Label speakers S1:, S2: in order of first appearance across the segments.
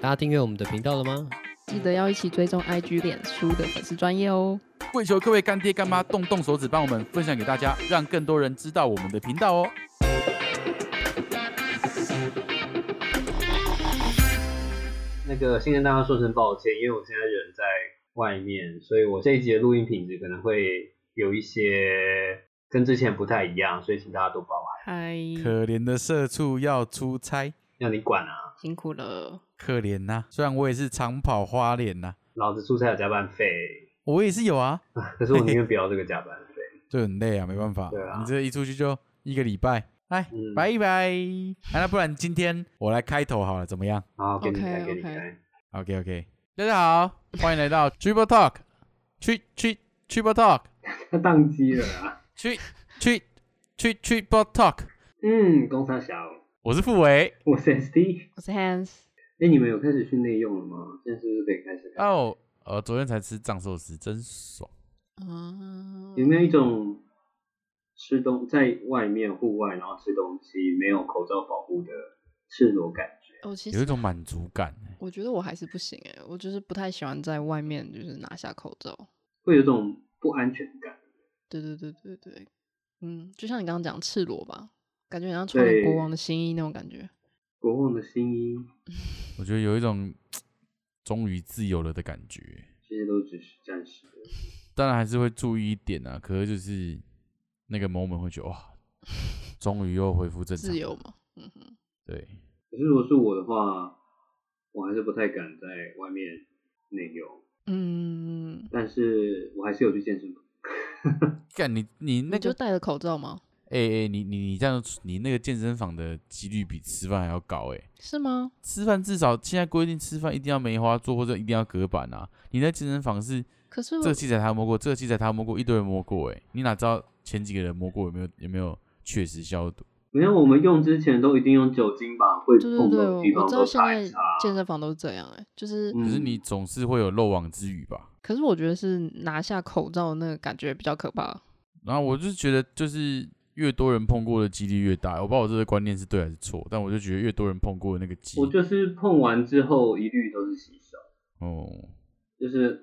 S1: 大家订阅我们的频道了吗？
S2: 记得要一起追踪 IG、脸书的粉丝专业哦。
S3: 跪求各位干爹干妈动动手指，帮我们分享给大家，让更多人知道我们的频道哦。
S4: 那个先跟大家说声抱歉，因为我现在人在外面，所以我这一集的录音品质可能会有一些跟之前不太一样，所以请大家多包涵。
S2: 嗨，
S3: 可怜的社畜要出差，
S4: 要你管啊，
S2: 辛苦了。
S3: 可怜呐、虽然我也是长跑花脸呐、啊
S4: 老子出差有加班费，
S3: 我也是有啊，
S4: 啊可是我宁愿不要这个加班费。
S3: 就很累啊，没办法。
S4: 对啊
S3: 你这一出去就一个礼拜，哎，
S4: 嗯
S3: 拜拜。啊那不然今天我来开头好了，怎么样
S4: 好，给 你
S2: OK，
S4: 开，给你
S2: OK
S4: 开。
S3: ？OK OK，大家好，欢迎来到 Triple Talk，去去 Triple Talk，
S4: 他宕机了啊！
S3: 去去去 Triple Talk，
S4: 嗯，工商小，
S3: 我是傅维。
S4: 我是 SD。
S2: 我是 Hans，
S4: 哎、你们有开始训练用了吗？现在是不是可以开始看？
S3: 哦，呃，昨天才吃藏寿司，真爽。
S2: 嗯，
S4: 有没有一种吃东在外面户外然后吃东西没有口罩保护的赤裸感觉？
S2: 哦，其
S3: 有一
S2: 实
S3: 种满足感欸。
S2: 我觉得我还是不行哎、我就是不太喜欢在外面就是拿下口罩。
S4: 会有一种不安全感。
S2: 对对对对对，嗯，就像你刚刚讲赤裸吧，感觉好像穿了国
S4: 对
S2: 王的新衣那种感觉。
S4: 国王的新衣
S3: 我觉得有一种终于自由了的感觉。
S4: 这些都只是暂时的，
S3: 当然还是会注意一点啊，可是就是那个 moment 会觉得哇，终于又恢复正常了，
S2: 自由嘛，嗯哼，
S3: 对，
S4: 可是如果是我的话，我还是不太敢在外面内用，
S2: 嗯，
S4: 但是我还是有去健身房。
S3: 干你你那
S2: 你就
S3: 个
S2: 戴着口罩吗？
S3: 哎哎、你你你这样你那个健身房的几率比吃饭还要高哎、
S2: 是吗？
S3: 吃饭至少现在规定吃饭一定要梅花座或者一定要隔板啊，你在健身房是
S2: 可是
S3: 这个器材他摸过，这个器材他摸过，一堆人摸过哎、你哪知道前几个人摸过有没有有没有确实消毒？
S4: 没有，我们用之前都一定用酒精把会
S2: 对对
S4: 碰
S2: 对，
S4: 到的
S2: 我
S4: 地
S2: 我
S4: 方
S2: 知
S4: 都
S2: 道现
S4: 擦
S2: 在
S4: 一擦。
S2: 健身房都是这样哎、就是、
S4: 嗯
S3: 可是你总是会有漏网之鱼吧？
S2: 可是我觉得是拿下口罩那个感觉比较可怕。
S3: 然后我就觉得，就是越多人碰过的几率越大。我不知道我这个观念是对还是错，但我就觉得越多人碰过的那个几
S4: 我
S3: 率，
S4: 就是碰完之后一律都是洗手，
S3: 哦，
S4: 就是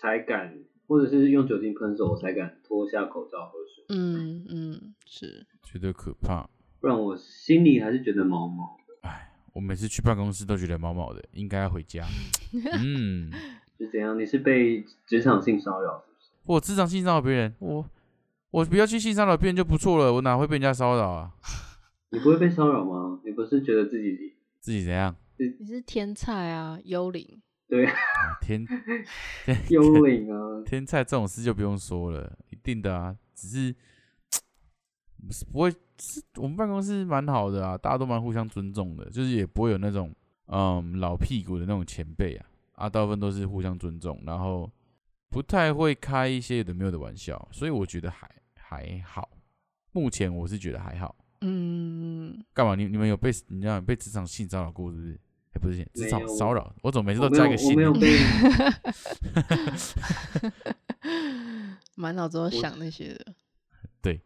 S4: 才敢，或者是用酒精喷手，我才敢脱下口罩喝水，
S2: 嗯嗯，是
S3: 觉得可怕。
S4: 不然我心里还是觉得毛毛。
S3: 哎，我每次去办公室都觉得毛毛的，应该要回 家。嗯，
S4: 是怎样？你是被职场性骚扰是不是？
S3: 我职场性骚扰别人，我我不要去性骚扰别人就不错了，我哪会被人家骚扰啊？
S4: 你不会被骚扰吗？你不是觉得自己
S3: 自己怎样？
S2: 你是天才啊，幽灵。
S4: 对
S3: 啊 天
S4: 幽灵啊？
S3: 天菜这种事就不用说了，一定的啊，只是不是不会是我们办公室蛮好的啊，大家都蛮互相尊重的，就是也不会有那种嗯老屁股的那种前辈啊，啊，大部分都是互相尊重，然后不太会开一些有的没有的玩笑，啊所以我觉得还还好，目前我是觉得还好。
S2: 嗯，
S3: 干嘛？你你们有被你知道有被职场性骚扰过是不是？哎、不是职
S4: 没
S3: 场
S4: 有
S3: 骚扰，我怎么每次
S4: 我
S3: 都
S4: 没
S3: 加一个，
S4: 有哦我
S3: 性
S4: 没？有被，
S2: 满脑子都想那些的。
S3: 对，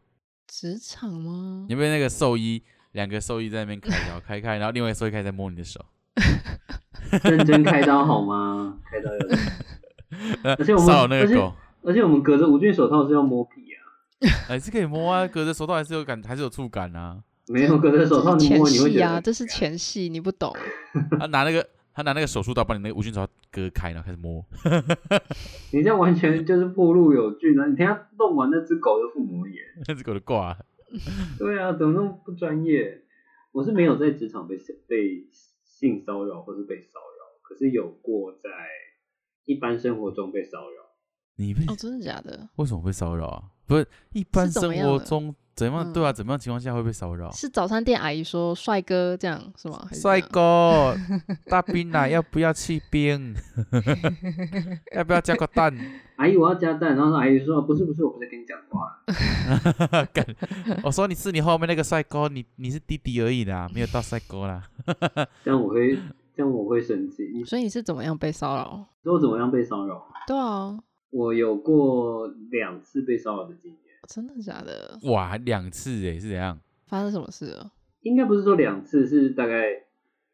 S2: 职场吗
S3: 你？被那个兽医，两个兽医在那边开刀，开开，然后另外一个兽医开始在摸你的手，
S4: 认真开刀好吗？开刀要认真，而且我们
S3: 骚扰那
S4: 而
S3: 个
S4: 且
S3: 狗，
S4: 而且我们隔着无菌手套是要摸屁啊，
S3: 还是可以摸啊，隔着手套还是有感，还是有触感啊。
S4: 没有隔着手 套
S2: 这
S4: 你
S2: 是
S4: 摸
S2: 前
S4: 你会
S2: 戏
S4: 觉
S2: 呀、
S4: 得
S2: 这是前戏，你不懂。
S3: 他拿那个，他拿那个手术刀把你那个无菌手套割开，然后开始摸。
S4: 你这样完全就是暴露有菌啊！你等下弄完那只狗就腹膜炎。
S3: 那只狗就挂了。
S4: 对啊，怎么那么不专业？我是没有在职场被被性骚扰或是被骚扰，可是有过在一般生活中被骚扰。
S3: 你被、
S2: 哦，真的假的？
S3: 为什么被骚扰啊？不是一般
S2: 是怎
S3: 生
S2: 么样
S3: 活
S2: 的
S3: 中怎样
S2: 嗯
S3: 对啊？怎么样情况下会被骚扰？
S2: 是早餐店阿姨说帅哥这样是吗？还是
S3: 帅
S2: 怎样，
S3: 哥， 大冰奶要不要去冰？ 要不要加个蛋？
S4: 阿姨，我要加蛋。然后阿姨说：“啊不是不是，我不是跟你讲话。啊
S3: 干我说你是你后面那个帅哥，你你是弟弟而已啦，没有到帅哥啦。”
S4: 这样我会，这样我会生气。你
S2: 所以你是怎么样被骚扰？
S4: 说我怎么样被骚扰？
S2: 对啊，
S4: 我有过两次被骚扰的经验，
S2: 真的假的？
S3: 哇，两次诶，是怎样？
S2: 发生什么事了？
S4: 应该不是说两次，是大概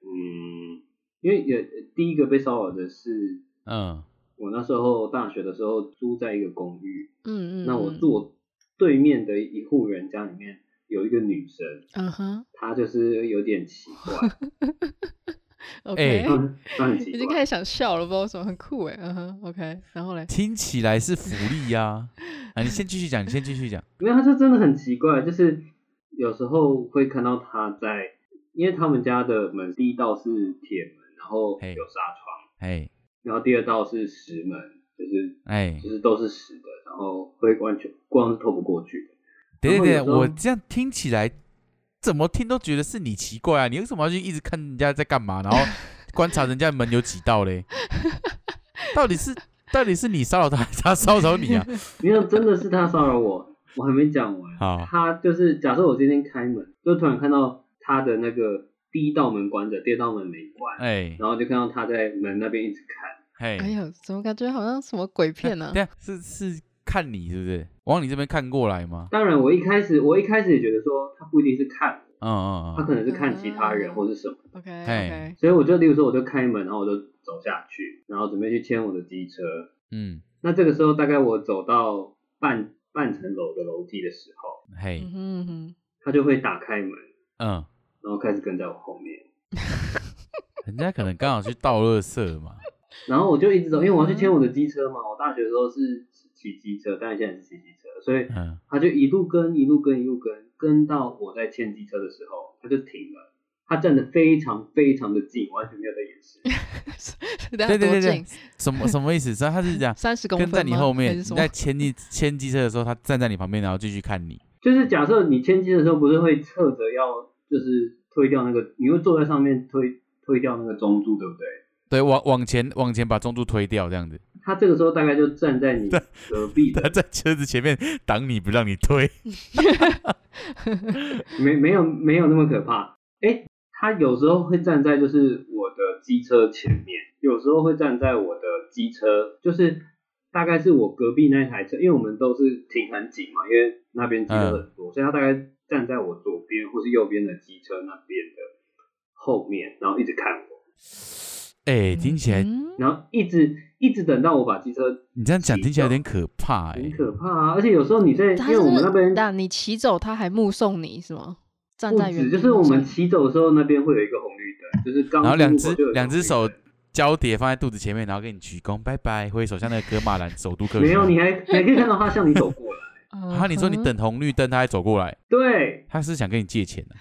S4: 嗯因为也第一个被骚扰的是
S3: 嗯
S4: 我那时候大学的时候租在一个公寓，
S2: 嗯嗯，
S4: 那我
S2: 嗯
S4: 住，我对面的一户人家里面有一个女生，
S2: 嗯哼
S4: 她就是有点奇怪，
S2: ，OK，
S4: 她很她 很
S2: 已
S4: 奇
S2: 经
S4: 怪
S2: 开，始想笑了，不知道为什么，很酷哎，嗯哼，OK，然后嘞，
S3: 听起来是福利呀、啊。你先继续讲，你先继续讲。
S4: 没有，她就真的很奇怪，就是有时候会看到她在，因为他们家的门第一道是铁门，然后
S3: 嘿
S4: 有纱窗，
S3: 哎
S4: 然后第二道是石门，就是
S3: 哎
S4: 就，是都是石的，然后会完全光是透不过去的。
S3: 等一下等一下，
S4: 然后有时候
S3: 我这样听起来怎么听都觉得是你奇怪啊！你为什么要去一直看人家在干嘛，然后观察人家门有几道嘞？ 到底是到底是你骚扰他，还是他骚扰你啊？
S4: 没有，真的是他骚扰我，我还没讲完。
S3: 好
S4: 他就是假设我今天开门，就突然看到他的那个第一道门关着，第二道门没关，
S3: 哎
S4: 然后就看到他在门那边一直
S3: 嘿，
S4: 看，
S2: 哎呦，怎么感觉好像什么鬼片呢
S3: 对？啊，是是看你是不是往你这边看过来吗？
S4: 当然，我一开始我一开始也觉得说他不一定是看我，
S3: 嗯嗯
S4: 他
S3: 嗯，
S4: 可能是看其他
S2: 嗯
S4: 人或是什么，
S2: OK
S3: 嘿
S2: OK，
S4: 所以我就例如说我就开门，然后我就走下去，然后准备去牵我的机车。
S3: 嗯
S4: 那这个时候大概我走到半半层楼的楼梯的时候，
S3: 嘿
S2: 嗯哼嗯哼，
S4: 他就会打开门，
S3: 嗯，
S4: 然后开始跟在我后面。
S3: 人家可能刚好去倒垃圾嘛。
S4: 然后我就一直走，因为我要去牵我的机车嘛。我大学的时候是骑机车，但是现在是骑机车，所以
S3: 嗯，
S4: 他就一路跟，一路跟，一路跟，跟到我在牵机车的时候，他就停了。他站得非常非常的近，完全没有在掩饰。
S2: 对
S3: 对对对对，什么什么意思？所以他是 讲
S2: 三十公分
S3: 跟在你
S2: 吗
S3: 后
S2: 还
S3: 面，
S2: 是
S3: 你
S2: 什
S3: 在
S2: 么？
S3: 牵 你牵机车的时候，他站在你旁边，然后继续看你。
S4: 就是假设你牵机车的时候，不是会侧着要，就是推掉那个，你会坐在上面推推掉那个中柱，对不对？
S3: 对，往往前往前把中柱推掉，这样子。
S4: 他这个时候大概就站在你隔壁
S3: 他
S4: 的，
S3: 在车子前面挡你不让你推。
S4: 没没有没有那么可怕。哎，他有时候会站在就是我的机车前面，有时候会站在我的机车，就是大概是我隔壁那台车，因为我们都是停很紧嘛，因为那边机车很多，所以他大概站在我左边或是右边的机车那边的后面，然后一直看我，
S3: 哎、听起来
S2: 嗯
S4: 然后一直一直等到我把机车。
S3: 你这样讲
S4: 骑
S3: 听起来有
S4: 走
S3: 点可怕哎、
S4: 很可怕啊！而且有时候你在，因
S2: 他
S4: 为
S2: 是
S4: 我
S2: 不
S4: 们那边
S2: 是但你骑走，他还目送你是吗？站
S4: 不
S2: 在原地
S4: 止，就是我
S2: 目送
S4: 们
S2: 你
S4: 骑走的时候，那边会有一个红绿灯，就是刚
S3: 然后
S4: 经
S3: 两
S4: 过
S3: 只
S4: 就有一个
S3: 两只
S4: 红
S3: 手
S4: 绿灯
S3: 交叠放在肚子前面，然后跟你鞠躬拜拜，挥手像那个格马兰首都客。
S4: 没有，你还你还可以看到他向你走过来。
S3: 啊？你说你
S2: 嗯哼
S3: 等红绿灯，他还走过来，
S4: 对，
S3: 他是想跟你借钱、 啊、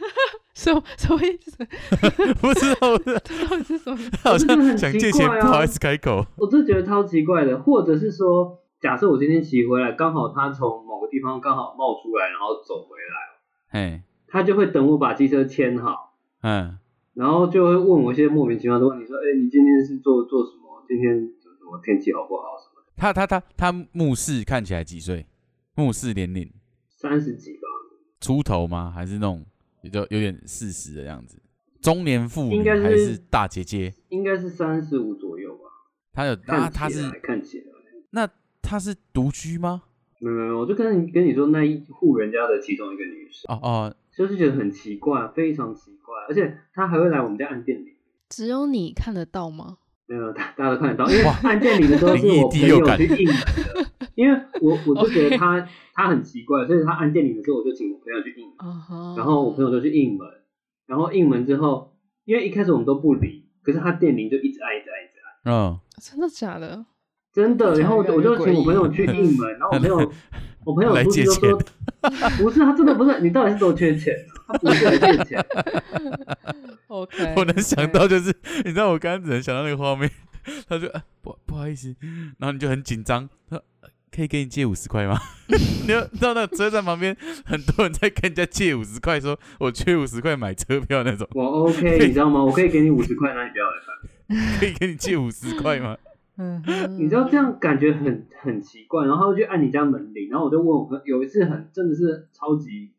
S2: 什么什么意思？
S3: 不是？不是
S2: 这到底是什么意 思？
S3: 他好
S4: 真的
S3: 像
S4: 很
S3: 想
S4: 奇
S3: 借钱，
S4: 怪啊
S3: 不好意思开口。
S4: 我真的觉得超奇怪的。或者是说，假设我今天骑回来，刚好他从某个地方刚好冒出来，然后走回来，
S3: 哎，
S4: 他就会等我把机车牵好，
S3: 嗯，
S4: 然后就会问我一些莫名其妙的问题，说：“哎，你今天是做做什么？今天怎么怎么天气好不好？什么的？
S3: 他他他他目视看起来几岁？目视年龄
S4: 三十几吧，
S3: 出头吗？还是那种也就有点四十的样子？中年妇
S4: 应
S3: 女
S4: 该是
S3: 还是大姐姐？
S4: 应该是三十五左右吧。
S3: 他有
S4: 看起
S3: 那
S4: 来
S3: 他是
S4: 看起来，
S3: 那他是独居吗？
S4: 没有没有没有，我就跟你跟你说那一户人家的其中一个女生，
S3: 哦哦，
S4: 就是觉得很奇怪，非常奇怪，而且她还会来我们家按电铃。
S2: 只有你看得到吗？
S4: 没有，大大家都看得到，因为按键里的时候是我朋友去应 门的，因为我我就觉得他他很奇怪，所以他按键里的时候我就请我朋友去应门，
S2: 啊
S3: 哦
S2: 哈。
S4: 然后我朋友就去应门，然后应门之后，因为一开始我们都不理，可是他电铃就一直按一直按一直按，
S3: 嗯，
S2: 真的假的？
S4: 真的，然后我就我就请我朋友去应门，然后我朋友我朋友出去就说， 不是他真的不是，你到底是多缺钱、他不是来借钱，哎
S2: OK，
S3: 我能想到就是，你知道我刚刚只能想到那个画面， 他就、啊、不不好意思，然后你就很紧张，他说呃可以给你借五十块吗？ 你就到那个车站旁边，很多人在跟人家借五十块，说我缺五十块买车票那种，
S4: 我 OK，你知道吗？我可以给你五十块，那你不要来烦我。
S3: 可以给你借五十块吗？
S2: 嗯哼，
S4: 你知道这样感觉很很奇怪，然后他会去按你家门铃，然后我就问我朋友，有一次很真的是超级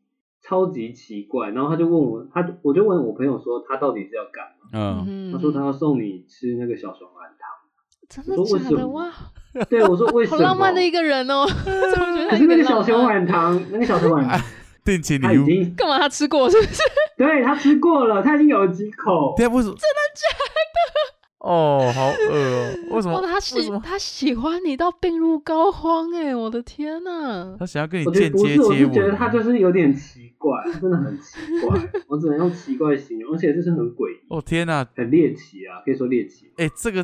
S4: 超级奇怪，然后他就问我，他我就问我朋友说他到底是要干嘛？
S2: 嗯
S3: 嗯，
S2: 哼，
S4: 他说他要送你吃那个小熊软糖，
S2: 真
S4: 我
S2: 的
S4: 说为
S2: 假
S4: 什
S2: 的
S4: 么
S2: 哇，
S4: 对我说为什
S2: 好
S4: 么？
S2: 浪漫的一个啊人哦。 怎么觉得
S4: 可
S2: 他
S4: 是
S2: 有
S4: 那个
S2: 点
S4: 小
S2: 浪
S4: 熊
S2: 漫？
S4: 软糖，那个小熊软糖，
S3: 定情
S4: 他
S3: 礼
S4: 已
S3: 物。
S4: 经
S2: 干嘛他吃过是不是？
S4: 对他吃过了，他已经有了几口
S3: 对，啊，为什么？真的假哦，好恶哦！为什么？
S2: 哇，他
S3: 为什
S2: 喜
S3: 么
S2: 他喜欢你到病入膏肓哎、我的天呐、
S3: 他想要跟你
S4: 我觉得
S3: 间
S4: 不
S3: 接
S4: 是，我
S3: 接
S4: 是
S3: 吻？
S4: 觉得他就是有点奇怪，真的很奇怪，我只能用奇怪形容，而且就是很诡异、
S3: 哦天哪、
S4: 很猎奇啊，可以说猎 奇吗。
S3: 哎、这个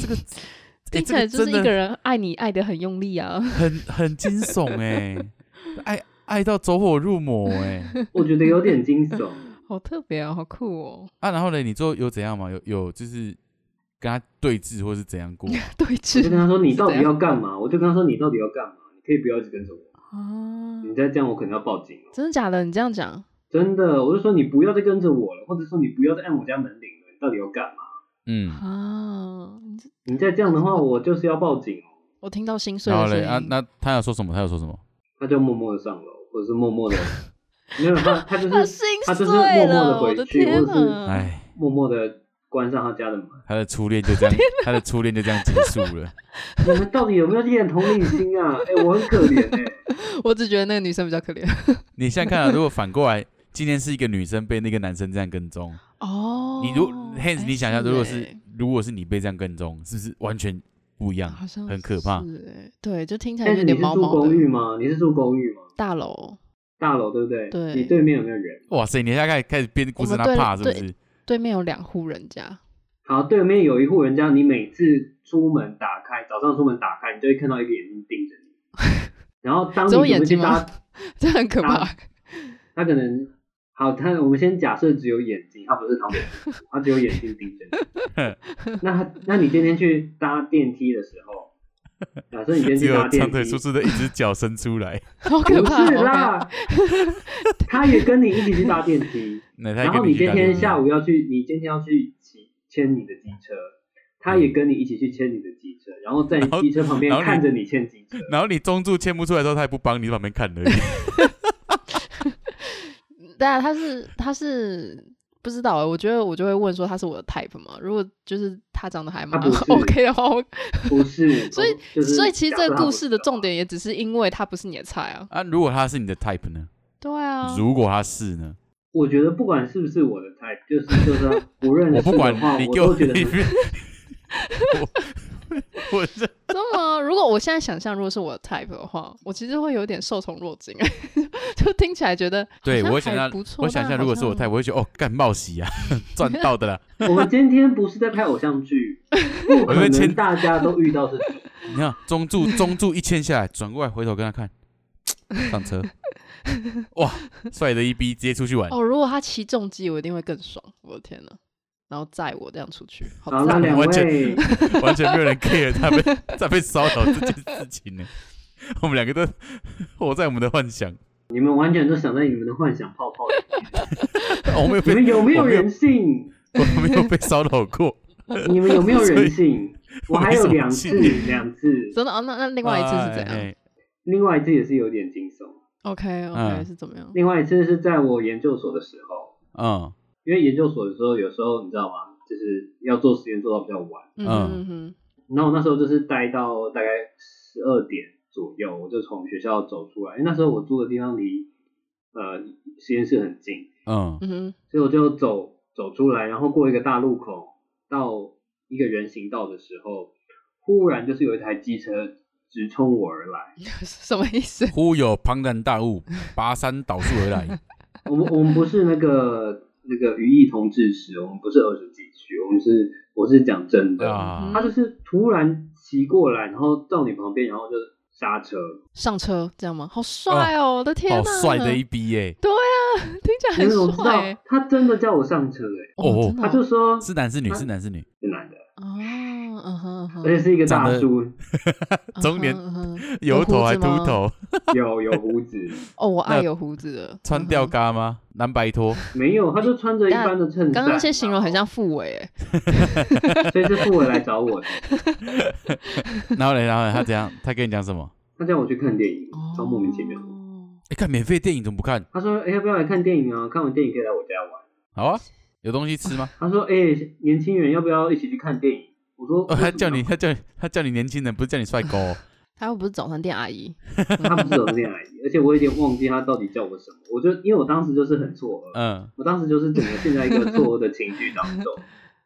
S3: 这个，哎、
S2: 听起
S3: 这个
S2: 来就是
S3: 真
S2: 一
S3: 的
S2: 个人爱你爱的很用力啊，
S3: 很很惊悚哎、 爱爱到走火入魔哎、
S4: 我觉得有点惊悚。
S2: 好特别啊，好酷哦！
S3: 啊，然后呢，你最后有怎样吗？有有就是跟他对峙或是怎样 过？
S2: 对
S4: 我就跟
S2: 峙
S4: 他说你
S2: 是
S4: 到
S2: 怎
S4: 底
S2: 样
S4: 要干嘛？我就跟他说你到底要干嘛？你可以不要一直跟着我，
S2: 啊，
S4: 你再这样我可能要报警哦。
S2: 真的假的？你这样讲，
S4: 真的，我就说你不要再跟着我了，或者说你不要再按我家门铃了，你到底要干嘛？
S3: 嗯，
S2: 啊，你这
S4: 你再这样的话，我就是要报警哦。
S2: 我听到心碎
S3: 然后
S2: 的声
S3: 嘞
S2: 音。
S3: 啊，那他有说什么？他有说什么？
S4: 他就默默的上楼，或者是默默的，没有他，他就
S2: 他
S4: 是
S2: 心
S4: 他就是
S2: 碎
S4: 默默
S2: 了，
S4: 的
S2: 我
S4: 回
S2: 的
S4: 去，
S2: 天
S4: 或者
S2: 呐、
S4: 是
S3: 哎，
S4: 默默的关上他家的门。
S3: 他的初恋就 这样，他的初恋就这样结束了。
S4: 你们到底有没有一点同理心 啊？哎、我很可怜哎、
S2: 我只觉得那个女生比较可怜。
S3: 你想想看、啊，如果反过来，今天是一个女生被那个男生这样跟踪，
S2: 哦，
S3: 你如
S2: 哎
S3: Hans，你想象如果是
S2: 欸
S3: 如果是你被这样跟踪，是不是完全不一样？
S2: 好像
S3: 很可怕
S2: 是欸对，就听起来
S4: 但
S2: 有
S4: 是你
S2: 点
S4: 是
S2: 毛
S4: 住
S2: 毛
S4: 公
S2: 的
S4: 寓。吗？你是住公寓吗？
S2: 大楼
S4: 大楼对不对？
S2: 对
S4: 你对面有没有人？
S3: 哇塞！你现在开始开始编故事，
S2: 我
S3: 他
S2: 们对
S3: 怕是不
S2: 对
S3: 是？
S2: 对面有两户人家，
S4: 好，对面有一户人家，你每次出门打开，早上出门打开，你就会看到一个眼睛盯着 你。然后当你
S2: 只有
S4: 准备
S2: 眼
S4: 去
S2: 睛吗
S4: 搭，？
S2: 这很可怕
S4: 搭。他可能好，他我们先假设只有眼睛，他不是唐伯 虎，他只有眼睛盯着你。那他那你今天去搭电梯的时候，假设你今 天
S3: 只
S4: 去
S3: 有
S4: 搭
S3: 长
S4: 电
S3: 腿叔
S4: 梯，
S3: 叔的一只脚伸出来，
S2: 好可
S4: 不
S2: 怕！
S4: 是
S2: 好可怕
S4: 啦，他也跟你一起去搭电梯。
S3: 那 他
S4: 然
S3: 跟
S4: 后你
S3: 去
S4: 今
S3: 打
S4: 天
S3: 电话
S4: 下午要去，你今天要去骑牵你的机车，他也跟你一起去牵你的机车，然后在
S3: 然后
S4: 机车旁边
S3: 然后你
S4: 看着你牵机车，
S3: 然后你中柱牵不出来的时候，他也不帮你，在旁边看 而已。
S2: 对啊，他是他是不知道欸，我觉得我就会问说他是我的 type 嘛。如果就是他长得还蛮
S4: 啊他不是
S2: OK 的话，我
S4: 不是？
S2: 所以
S4: 就是
S2: 所以其实这
S4: 假设
S2: 个
S4: 他
S2: 故
S4: 不
S2: 事
S4: 知
S2: 的
S4: 道
S2: 重点也只是因为他不是你的菜啊。
S3: 啊，如果他是你的 type 呢？
S2: 对啊，
S3: 如果他是呢？
S4: 我觉得不管是不是我的 type，就是就 是他不认
S3: 我
S4: 识
S3: 不
S4: 的
S3: 管
S4: 话，
S3: 你
S4: 我
S3: 给我
S4: 都觉得
S3: 你
S4: 很
S3: 别我我 这
S2: 那么如果我现在想象，如果是我的 type 的话，我其实会有点受宠若惊， 就听起来觉得好
S3: 对
S2: 像
S3: 我
S2: 还
S3: 想象
S2: 不，错。
S3: 我想
S2: 那
S3: 象
S2: 好
S3: 如果是我
S2: 像
S3: type，我会觉得哦，干冒喜啊， 赚到的啦。
S4: 我们今天不是在拍偶像 剧，不
S3: 我
S4: 可
S3: 们前
S4: 能大家都遇到这种。
S3: 你看中柱中柱一牵下来，转过来回头跟他看，上车，哇，帅的一逼，直接出去玩。
S2: 哦，如果他骑重机，我一定会更爽。我的天呐！然后载我这样出去，好
S4: 好了，
S2: 赞哦！
S4: 两
S3: 完全
S4: 位，
S3: 完全没有人 care 他被在被骚扰这件事情呢。我们两个都活在我们的幻想，
S4: 你们完全都想在你们的幻想泡 泡里。
S3: 哦我没有
S4: 你
S3: 被
S4: 们有没有
S3: 我没有
S4: 人性？
S3: 我没有被骚扰过。
S4: 你们有没有人性？我还有两次
S3: 我没什么信，
S4: 两次，
S2: 真的哦，那那 另外一次是怎样、
S3: 哎哎
S4: 另外一次也是有点惊悚。
S2: o k OK，、
S3: 嗯
S2: 是怎么样？
S4: 另外一次是在我研究所的时候，
S3: 嗯，
S4: 因为研究所的时候，有时候你知道吗？就是要做实验做到比较晚。
S2: 嗯
S3: 嗯
S2: 哼哼，
S4: 然后我那时候就是待到大概十二点左右，我就从学校走出来，因为那时候我住的地方离呃实验室很近，
S3: 嗯，
S2: 嗯哼，
S4: 所以我就走走出来，然后过一个大路口到一个人行道的时候，忽然就是有一台机车直冲我而来。
S2: 嗯 什么意思？
S3: 忽有庞然大物，拔山倒树 而来。
S4: 我们我们不是那个那个语义同志时，我们不是二十几区，我们是我是讲真
S2: 嗯
S4: 的，
S3: 啊
S4: 他就是突然骑过来，然后到你旁边，然后就刹车。
S2: 上车这样吗？好帅哦！我的天
S3: 啊好
S2: 呐，
S3: 帅的一逼耶！
S2: 对啊，听起来
S4: 因为我
S2: 很
S4: 知
S2: 帅欸
S4: 道。他真的叫我上车哎、
S3: 哦
S2: 真的
S4: 他就说
S3: 是男是女？
S4: 啊
S3: 是男是女？
S4: 是男的，
S2: 哦，嗯哼嗯哼，
S4: 而且是一个
S3: 长
S4: 大
S3: 得
S4: 叔，
S3: 中年
S2: 嗯哼嗯哼
S3: 油头还秃
S2: 有胡子吗
S3: 头，
S4: 有有胡子，
S2: 哦，我爱
S3: 那
S2: 有胡子的，
S3: 穿
S2: 嗯
S3: 吊
S2: 哼。
S3: 嘎吗？蓝白拖，
S4: 没有，他就穿着一般的衬 衫。
S2: 刚刚那些形容很像傅伟欸，
S4: 然后，所以是傅伟来找我的，
S3: 然后嘞，然后嘞他怎样？他跟你讲什么？
S4: 他叫我去看电影，超
S2: 哦，
S4: 莫名其妙。
S3: 哎，看免费电影怎么不看？
S4: 他说：“哎、要不要来看电影啊？看完电影可以来我家玩。
S3: 好 啊，有东西吃 吗”？
S4: 他说：“哎、年轻人，要不要一起去看电影？”我说：“
S3: 哦，
S4: 为什
S3: 他
S4: 么
S3: 叫你，他叫你，他叫你年轻人，不是叫你帅哥哦。
S2: 他又不是早餐店阿姨，
S4: 他不是有恋爱，而且我有点忘记他到底叫我什么。我就因为我当时就是很错愕，
S3: 嗯，
S4: 我当时就是整个陷在一个错愕的情绪当中。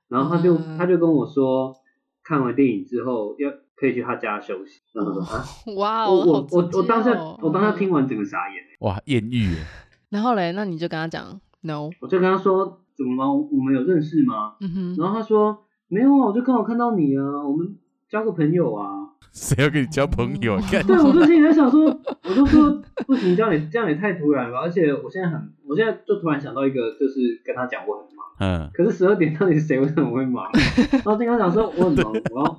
S4: 然后他就、
S2: 嗯
S4: 他就跟我说，看完电影之后要可以去他家休息。然后我说啊，
S2: 哇
S4: 我
S2: 哦，
S4: 我
S2: 好直
S4: 我我
S2: 接
S4: 当下
S2: 哦
S4: 我当下听，完整个傻眼，欸
S3: 哇，艳遇耶，
S2: 然后嘞，那你就跟他讲 no，
S4: 我就跟他说怎么了？我们有认识吗？
S2: 嗯哼，
S4: 然后他说没有啊，我就刚好看到你啊，我们交个朋友啊。
S3: 谁要跟你交朋友？看
S4: 对，我就心里在想说，我就说不行，这样也这样也太突然了吧。而且我现在很，我现在就突然想到一个，就是跟他讲我很忙，
S3: 嗯，
S4: 可是十二点到底谁为什么会忙？然后就跟他讲说我很忙，我要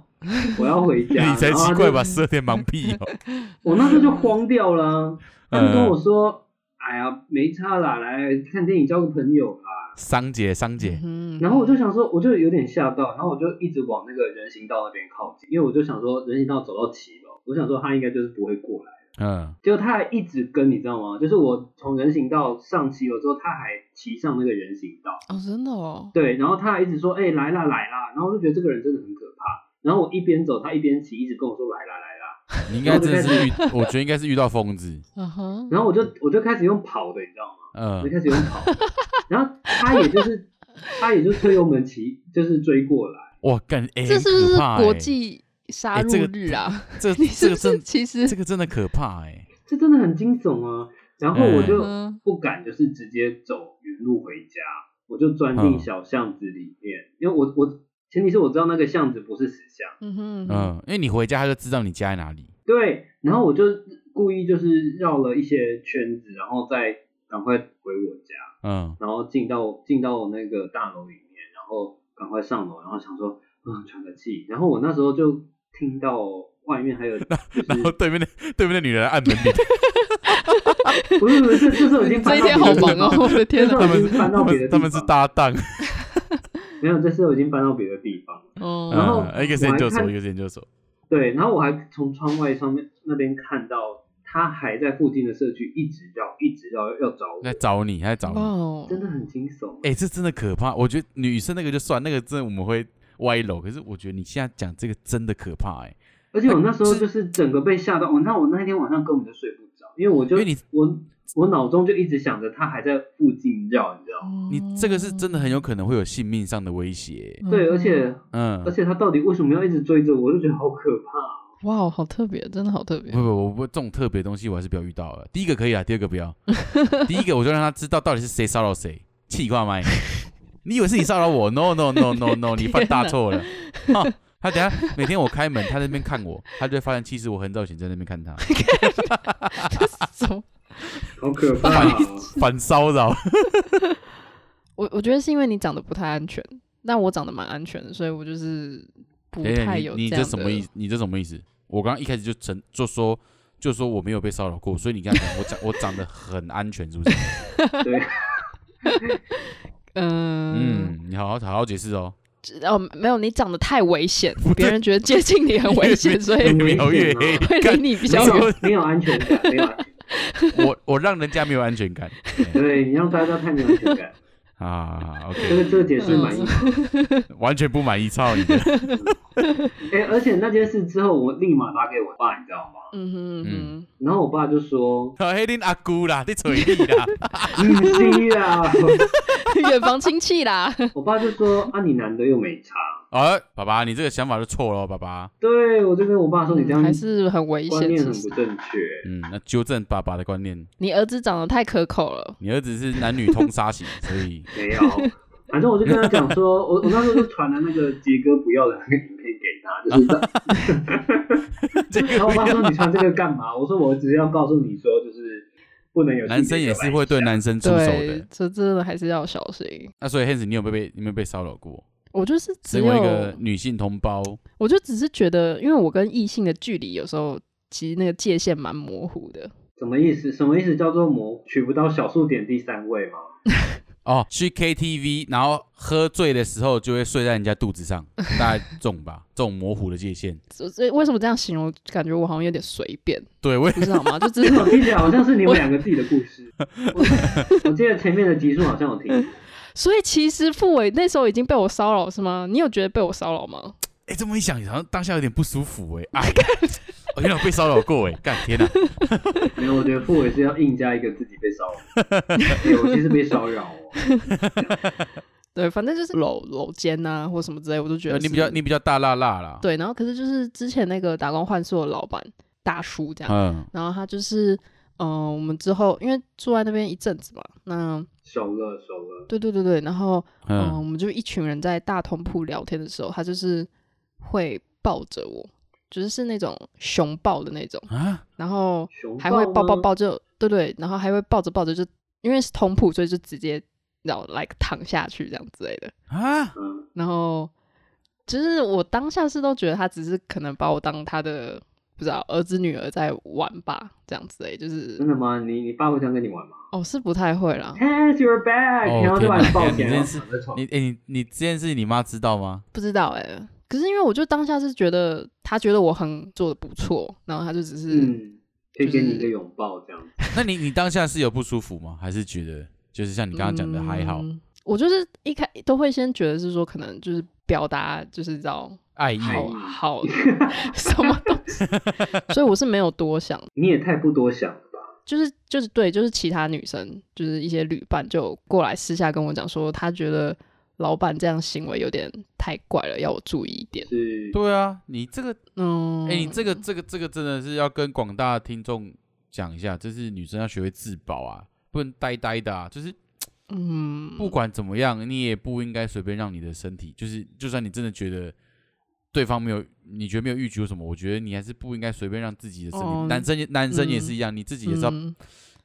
S4: 我要回 家。
S3: 你才
S4: 然后
S3: 奇
S4: 他
S3: 怪
S4: 就
S3: 吧，十二点忙屁 哦。
S4: 我那时候就慌掉了 啊、他就跟我
S3: 嗯，
S4: 说，哎呀，没差啦，来看电影交个朋友啦。
S3: 桑姐，桑姐，
S2: 嗯哼，
S4: 然后我就想说，我就有点吓到，然后我就一直往那个人行道那边靠近，因为我就想说人行道走到七楼，我想说他应该就是不会过来。
S3: 嗯，
S4: 结果他还一直跟，你知道吗？就是我从人行道上骑了之后，他还骑上那个人行道，
S2: 哦，真的哦，
S4: 对，然后他还一直说，哎、来啦来啦，然后我就觉得这个人真的很可怕。然后我一边走，他一边骑，一直跟我说来啦来啦，
S3: 你应该真的是遇，我觉得应该是遇到疯子，
S2: 嗯哼，
S4: 然后我就我就开始用跑的，你知道吗？
S3: 嗯
S4: 我就，开始用跑的，然后他也就是他也就推油门骑，就是追过来。
S3: 哇，干，哎，
S2: 这是不
S3: 很
S2: 是
S3: 可怕
S2: 国
S3: 哎？
S2: 际杀
S3: 哎
S2: 入
S3: 这个
S2: 日 啊？
S3: 这
S2: 你是不
S3: 这个
S2: 是
S3: 真，
S2: 其实嗯
S3: 这个真的可怕哎。
S4: 这真的很惊悚啊！然后我就
S2: 嗯
S4: 不敢，就是直接走原路回家，我就钻
S3: 嗯
S4: 进小巷子里面，因为我我前提是我知道那个巷子不是死巷，
S2: 嗯哼，嗯哼
S3: 嗯，因为你回家他就知道你家在哪里。
S4: 对，然后我就故意就是绕了一些圈子，然后再赶快回我家，
S3: 嗯，
S4: 然后进到进到那个大楼里面，然后赶快上楼，然后想说嗯喘个气，然后我那时候就听到外面还有就是
S3: 然后对面的对面的女人按门铃，
S4: 不是不是，这这时候已经
S2: 这
S4: 翻
S2: 一
S4: 到
S2: 天好
S4: 别的地
S2: 忙哦，
S4: 方
S2: 我的天
S4: 这
S2: 哪
S3: 他
S4: 时，候已
S3: 们
S4: 经翻到
S3: 他
S4: 别的
S3: 们
S4: 地
S3: 他们是
S4: 方
S3: 搭档，
S4: 没有，这时候已经搬到别的地方了。然后
S2: 哦，
S3: 嗯，一个是
S4: 我还
S3: 研究
S4: 看
S3: 所，一个是研究所。
S4: 对，然后我还从窗外上面那边看到他还在附近的社区一直绕，一直绕要找我，
S3: 来找你，他在找
S2: 哇
S3: 你。
S2: 哦，
S4: 真的很惊悚。
S3: 哎、这真的可怕。我觉得女生那个就算，那个真的我们会歪楼。可是我觉得你现在讲这个真的可怕、哎，
S4: 而且我那时候就是整个被吓到，我那我那天晚上根本就睡不着，因为我就
S3: 因为你
S4: 我我脑中就一直想着他还在附近绕，你知道
S2: 哦
S4: 吗？
S3: 嗯你这个是真的很有可能会有性命上的威胁、哎
S4: 对，而且
S3: 嗯，
S4: 而且他到底为什么要一直追着我？我就觉得好可怕哦。
S2: 哇哦，好特别，真的好特别
S3: 不。不不不，这种特别的东西我还是不要遇到了。第一个可以啊，第二个不要。第一个我就让他知道到底是谁骚扰谁，气挂麦。你以为是你骚扰我？No No No No No，你犯大错了。哈他等下每天我开门，他在那边看我，他就会发现其实我很早以前在那边 看他，
S2: 什么
S4: 好可怕、哦！
S3: 反骚扰。
S2: 我我觉得是因为你长得不太安全，但我长得蛮安全的，所以我就是不
S3: 等等
S2: 太
S3: 哎你
S2: 有
S3: 你
S2: 这
S3: 这
S2: 样
S3: 什么意
S2: 的
S3: 思？你这什么意思？我刚刚一开始就承就说就说我没有被骚扰过，所以你刚刚讲我长我长得很安全，是不是？
S4: 对，
S2: 嗯
S3: 嗯，你好好好好解释哦。
S2: 哦没有，你长得太危险，别人觉得接近你很危 险，所以
S4: 嗯
S3: 越描越黑，
S4: 危险
S2: 会
S3: 干
S2: 离你比
S3: 没
S2: 较
S3: 有
S2: 远。
S4: 没有安全感，没有安全感。
S3: 我我让人家没有安 全感。
S4: 对你让大家太没有安全感，
S3: 啊
S4: 这个
S3: ，OK，
S4: 这个解释满意吗？
S3: 完全不满意，操 你的！
S4: 哎、而且那件事之后，我立马打给我爸，你知道吗？
S2: 嗯哼嗯
S3: 嗯
S4: 然后我爸就说
S3: 黑林阿姑啦，你嘴硬 啦，
S4: 嗯：“是啊。
S2: 哼，远房亲戚啦。”
S4: 我爸就说：“啊，你男的又没差。
S3: 啊，爸爸，你这个想法就错了哦，爸爸。
S4: 对”我就跟我爸说：“你这样
S2: 嗯还是很危
S4: 观
S2: 险。
S4: 念
S2: 其
S4: 很
S2: 实
S4: 不正确。
S3: 嗯，那纠正爸爸的观念，
S2: 你儿子长得太可口了，
S3: 你儿子是男女通杀型，所 以”
S4: 没有，反正我就跟他讲说，我我那时候就传了那个杰哥不要的那个影片给他，就是他，
S3: 这个
S4: 然后我
S3: 不
S4: 爸
S3: 要
S4: 说：“你传这个干嘛？”我说：“我只是要告诉你说，就是不能有
S3: 男生也是会对男生出手
S2: 对
S3: 的，。
S2: 这真的还是要小心。
S3: 那所以 Hans，你有没有被你有没有被骚扰过？
S2: 我就是只
S3: 身为一个
S2: 有，
S3: 女性同胞，
S2: 我就只是觉得，因为我跟异性的距离有时候其实那个界限蛮模糊的。
S4: 什么意思？什么意思叫做模取不到小数点第三位吗？
S3: 哦，去 KTV，然后喝醉的时候就会睡在人家肚子 上，大概这种吧，这种模糊的界限。
S2: 所所以为什么这样形容？感觉我好像有点随便，
S3: 对，我也
S2: 不知道吗？就只是
S4: 这种听起来好像是你们两个自己的故事。我我记得前面的集数好像有听过，
S2: 所以其实傅伟那时候已经被我骚扰是吗？你有觉得被我骚扰吗？
S3: 哎、这么一想，好像当下有点不舒服哎、 哎，我原来我被骚扰过哎、干天哪！
S4: 没有，我觉得傅伟 哎是要硬加一个自己被骚扰。对，我其实被骚扰哦。
S2: 对，反正就是搂搂肩呐、或什么之类，我都觉
S3: 嗯
S2: 得
S3: 呃你比
S2: 是
S3: 较你比较大辣辣啦，，
S2: 对。然后可是就是之前那个打工换宿的老板大叔这样，
S3: 嗯，
S2: 然后他就是嗯、呃我们之后因为住在那边一阵子嘛，那
S4: 熟了熟了，
S2: 对对对对，然后嗯、呃我
S3: 嗯，
S2: 们就一群人在大通铺聊天的时候，他就是会抱着我，就是是那种熊抱的那种，
S3: 啊，
S2: 然后
S4: 熊
S2: 还会抱抱
S4: 吗，
S2: 抱就，对对，然后还会抱着抱着就，因为是通铺，所以就直接然后 like 躺下去这样之类的。
S3: 啊，
S4: 嗯，
S2: 然后就是我当下是都觉得他只是可能把我当他的不知道儿子女儿在玩吧，这样之类，就是
S4: 真的吗？你你爸会这样跟你玩吗
S2: 哦是不太会啦，
S4: ？Hands your back，、
S3: 哦
S4: 然后就把你抱起
S3: 天哪
S4: 来，
S3: 你真
S4: 然后
S3: 是
S4: 躺在床
S3: 你哎、你你这件事情你妈知道吗？
S2: 不知道哎、可是因为我就当下是觉得他觉得我很做的不错，然后他就只是、
S4: 嗯，可以给你一个拥抱这样子。
S3: 那你你当下是有不舒服吗？还是觉得就是像你刚刚讲的还好，
S2: 嗯我就是一开都会先觉得是说可能就是表达就是知道
S3: 爱意
S2: 好啊
S4: 嗯
S2: 好 什么东 西，所以我是没有多想，
S4: 你也太不多想了吧？
S2: 就是就是对，就是其他女生就是一些旅伴就过来私下跟我讲说，她觉得老板这样行为有点太怪了，要我注意一点。
S4: 是
S3: 对啊，你这个
S2: 嗯，
S3: 哎、你这个这个这个真的是要跟广大的听众讲一下，就是女生要学会自保啊，不能呆呆的啊，就是
S2: 嗯
S3: 不管怎么样，你也不应该随便让你的身体，就是就算你真的觉得对方没有，你觉得没有预期或什么，我觉得你还是不应该随便让自己的身体。
S2: 哦
S3: 男生男生也是一样，你自己也知道，
S2: 嗯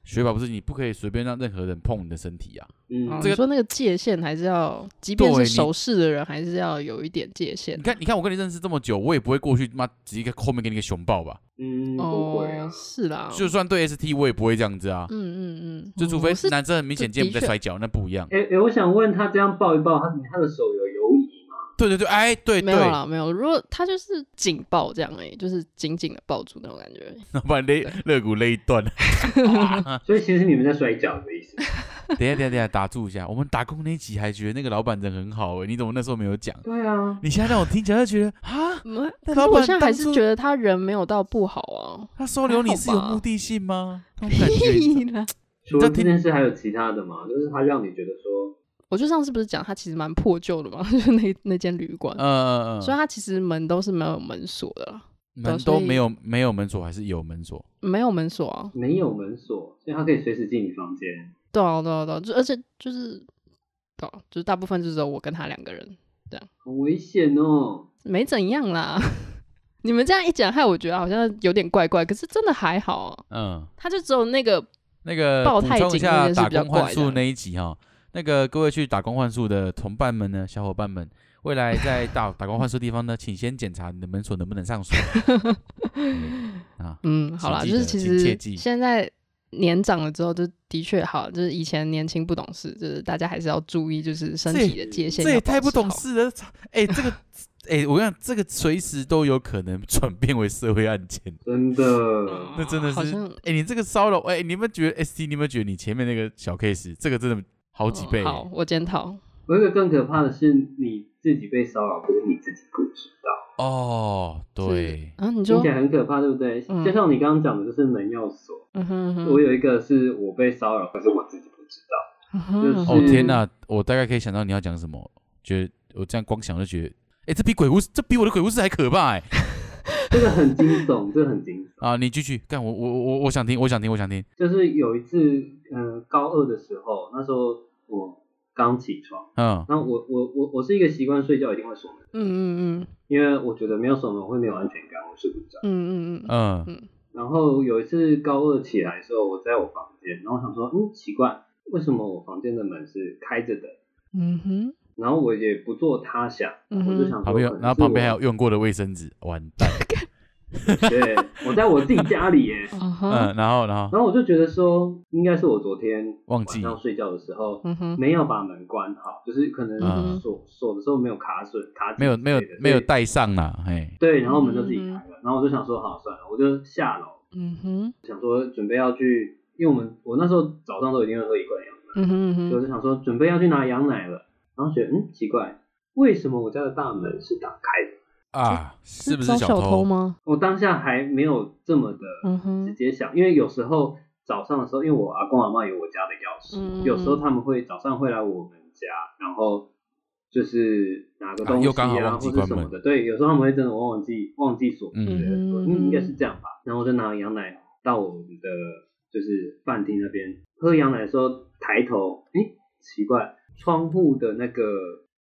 S3: 学法不是你不可以随便让任何人碰你的身体啊。
S4: 嗯，
S2: 哦
S3: 这个
S2: 你说那个界限还是要，即便
S3: 对
S2: 是
S3: 你
S2: 熟识的人，还是要有一点界限
S3: 你。看，你看，我跟你认识这么久，我也不会过去妈直接给后面给你个熊抱吧。
S4: 嗯不
S2: 哦
S4: 会啊，，
S2: 是啦，哦
S3: 就算对 ST，我也不会这样子啊。
S2: 嗯嗯嗯，
S3: 就除
S2: 哦
S3: 非
S2: 我是
S3: 男生很明显
S2: 这
S3: 见我们
S2: 的确
S3: 在摔跤，那不一样。
S4: 哎、哎、我想问他这样抱一抱，他他的手有游移吗？
S3: 对对对，哎，对
S2: 没
S3: 对
S2: 有，啦，没有。如果他就是紧抱这样哎、就是紧紧的抱住那种感觉。
S3: 然后把肋肋骨勒一 断。啊
S4: 所以其实你们在摔跤的意思。
S3: 等一下，等一下，等一下，打住一下。我们打工那一集还觉得那个老板人很好哎、你怎么那时候没有讲？
S4: 对啊，
S3: 你现在让我听起来就 觉得啊，
S2: 嗯，
S3: 那
S2: 可
S3: 老
S2: 是我
S3: 板
S2: 现在还
S3: 当
S2: 是
S3: 初
S2: 觉得他人没有到不好啊。
S3: 他收留你是有
S2: 还好吧
S3: 目的性吗？那种 感觉你知道，
S2: 啦！
S4: 除了这件事还有其他的吗？就是他让你觉得说，
S2: 我就上次不是讲他其实蛮破旧的嘛， 就是那那间旅馆，
S3: 呃，
S2: 所以他其实门都是没有门锁的啦，
S3: 门都没有没有门锁还是有门锁？
S2: 没有门锁啊。
S4: 没有门锁，所以他可以随时进你房间。
S2: 对啊，对啊，对啊，就而且就是，对啊，就是大部分就只有我跟他两个人，
S4: 很危险哦，
S2: 没怎样啦。你们这样一讲，害我觉得好像有点怪怪，可是真的还好啊。
S3: 嗯，
S2: 他就只有那个
S3: 那个
S2: 抱
S3: 补
S2: 太
S3: 充一
S2: 紧
S3: 下
S2: 那件事
S3: 打
S2: 比较
S3: 工换
S2: 怪
S3: 宿
S2: 的
S3: 那一集哈、那个各位去打工换宿的同伴们呢，小伙伴们，未来在打打工换宿地方呢，请先检查你的门锁能不能上锁 嗯啊。
S2: 嗯，好啦，
S3: 请
S2: 就是
S3: 记得
S2: 其
S3: 请切
S2: 实
S3: 记
S2: 现在年长了之后，就的确好，就是以前年轻不懂事，就是大家还是要注意，就是身
S3: 这也
S2: 体的界限。
S3: 这也太不懂。事了，操哎、这个，哎、我跟你讲，这个随时都有可能转变为社会案件。
S4: 真的。
S3: 那真的
S2: 好
S3: 是
S2: 像
S3: 哎、你这个骚扰，哎、你们觉得 ST，你们觉得你前面那个小 case，这个真的好几倍、
S2: 嗯好，我检讨。
S4: 我有一个更可怕的是，你自己被骚扰，可是你自己不知道，
S3: 哦，对，
S2: 啊，你
S4: 听
S2: 说
S4: 起，来很可怕，对不对？
S2: 嗯
S4: 就像你刚刚讲的，就是门要锁。
S2: 嗯哼哼
S4: 我有一个是我被骚扰，可是我自己不知道。
S2: 嗯哼
S4: 就是
S2: 嗯
S3: 哦
S2: 哼
S3: 天哪，我大概可以想到你要讲什么，觉得我这样光想就觉得，哎、这比鬼故事，这比我的鬼故事还可怕哎、
S4: 这个很惊悚，这个很惊悚。
S3: 啊，你继续干，我我我我我想听，我想听，我想听，
S4: 就是有一次，嗯、高二的时候，那时候我刚起床，
S3: 嗯
S4: 那我我我我是一个习惯睡觉一定会锁门，
S2: 嗯嗯嗯
S4: 因为我觉得没有锁门我会没有安全感，我睡不着。
S2: 嗯嗯嗯
S3: 嗯
S4: 然后有一次高二起来的时候，我在我房间，然后我想说，嗯，奇怪，为什么我房间的门是开着的？
S2: 嗯哼，
S4: 然后我也不做他想，
S2: 嗯哼
S4: 我就想
S3: 旁
S4: 说，
S3: 边
S4: 可
S3: 有，
S4: 能
S3: 然后旁边还
S4: 是
S3: 有用过的卫生纸，完蛋，
S4: 我，对，我在我自己家里 耶。
S2: 啊哈，
S3: 嗯，然后然后
S4: 然后我就觉得说，应该是我昨天
S3: 忘
S4: 晚
S3: 记，
S4: 上睡觉的时候，
S2: 嗯哼，
S4: 没有把门关好，就是可
S3: 嗯
S4: 能锁锁的时候没有卡榫、卡紧
S3: 没有没有
S4: 之类的
S3: 没有
S4: 对
S3: 带上啦，哎，
S4: 对，然后门就自己开了，然后我就想说好算了，我就下楼
S2: 嗯哼，
S4: 想说准备要去，因为我们我那时候早上都一定会喝一罐羊奶，
S2: 嗯哼嗯
S4: 所
S2: 哼，
S4: 以我就想说准备要去拿羊奶了，然后觉得嗯奇怪，为什么我家的大门是打开的？
S3: 啊，是不是
S2: 招
S3: 小
S2: 小偷？吗？
S4: 我当下还没有这么的
S2: 嗯
S4: 直
S2: 哼，
S4: 接想，因为有时候早上的时候，因为我阿公阿妈有我家的钥匙，
S2: 嗯
S4: 有时候他们会早上会来我们家，然后就是拿个东
S3: 啊
S4: 西
S3: 又刚好忘记
S4: 或者
S3: 关
S4: 什么
S3: 门
S4: 的。对，有时候他们会真的忘记忘记锁门，
S3: 嗯
S4: 对说
S2: 嗯
S4: 嗯应该是这样吧。然后我就拿羊奶到我们的就是饭厅那边喝羊奶的时候，抬头，诶，奇怪，窗户的那个，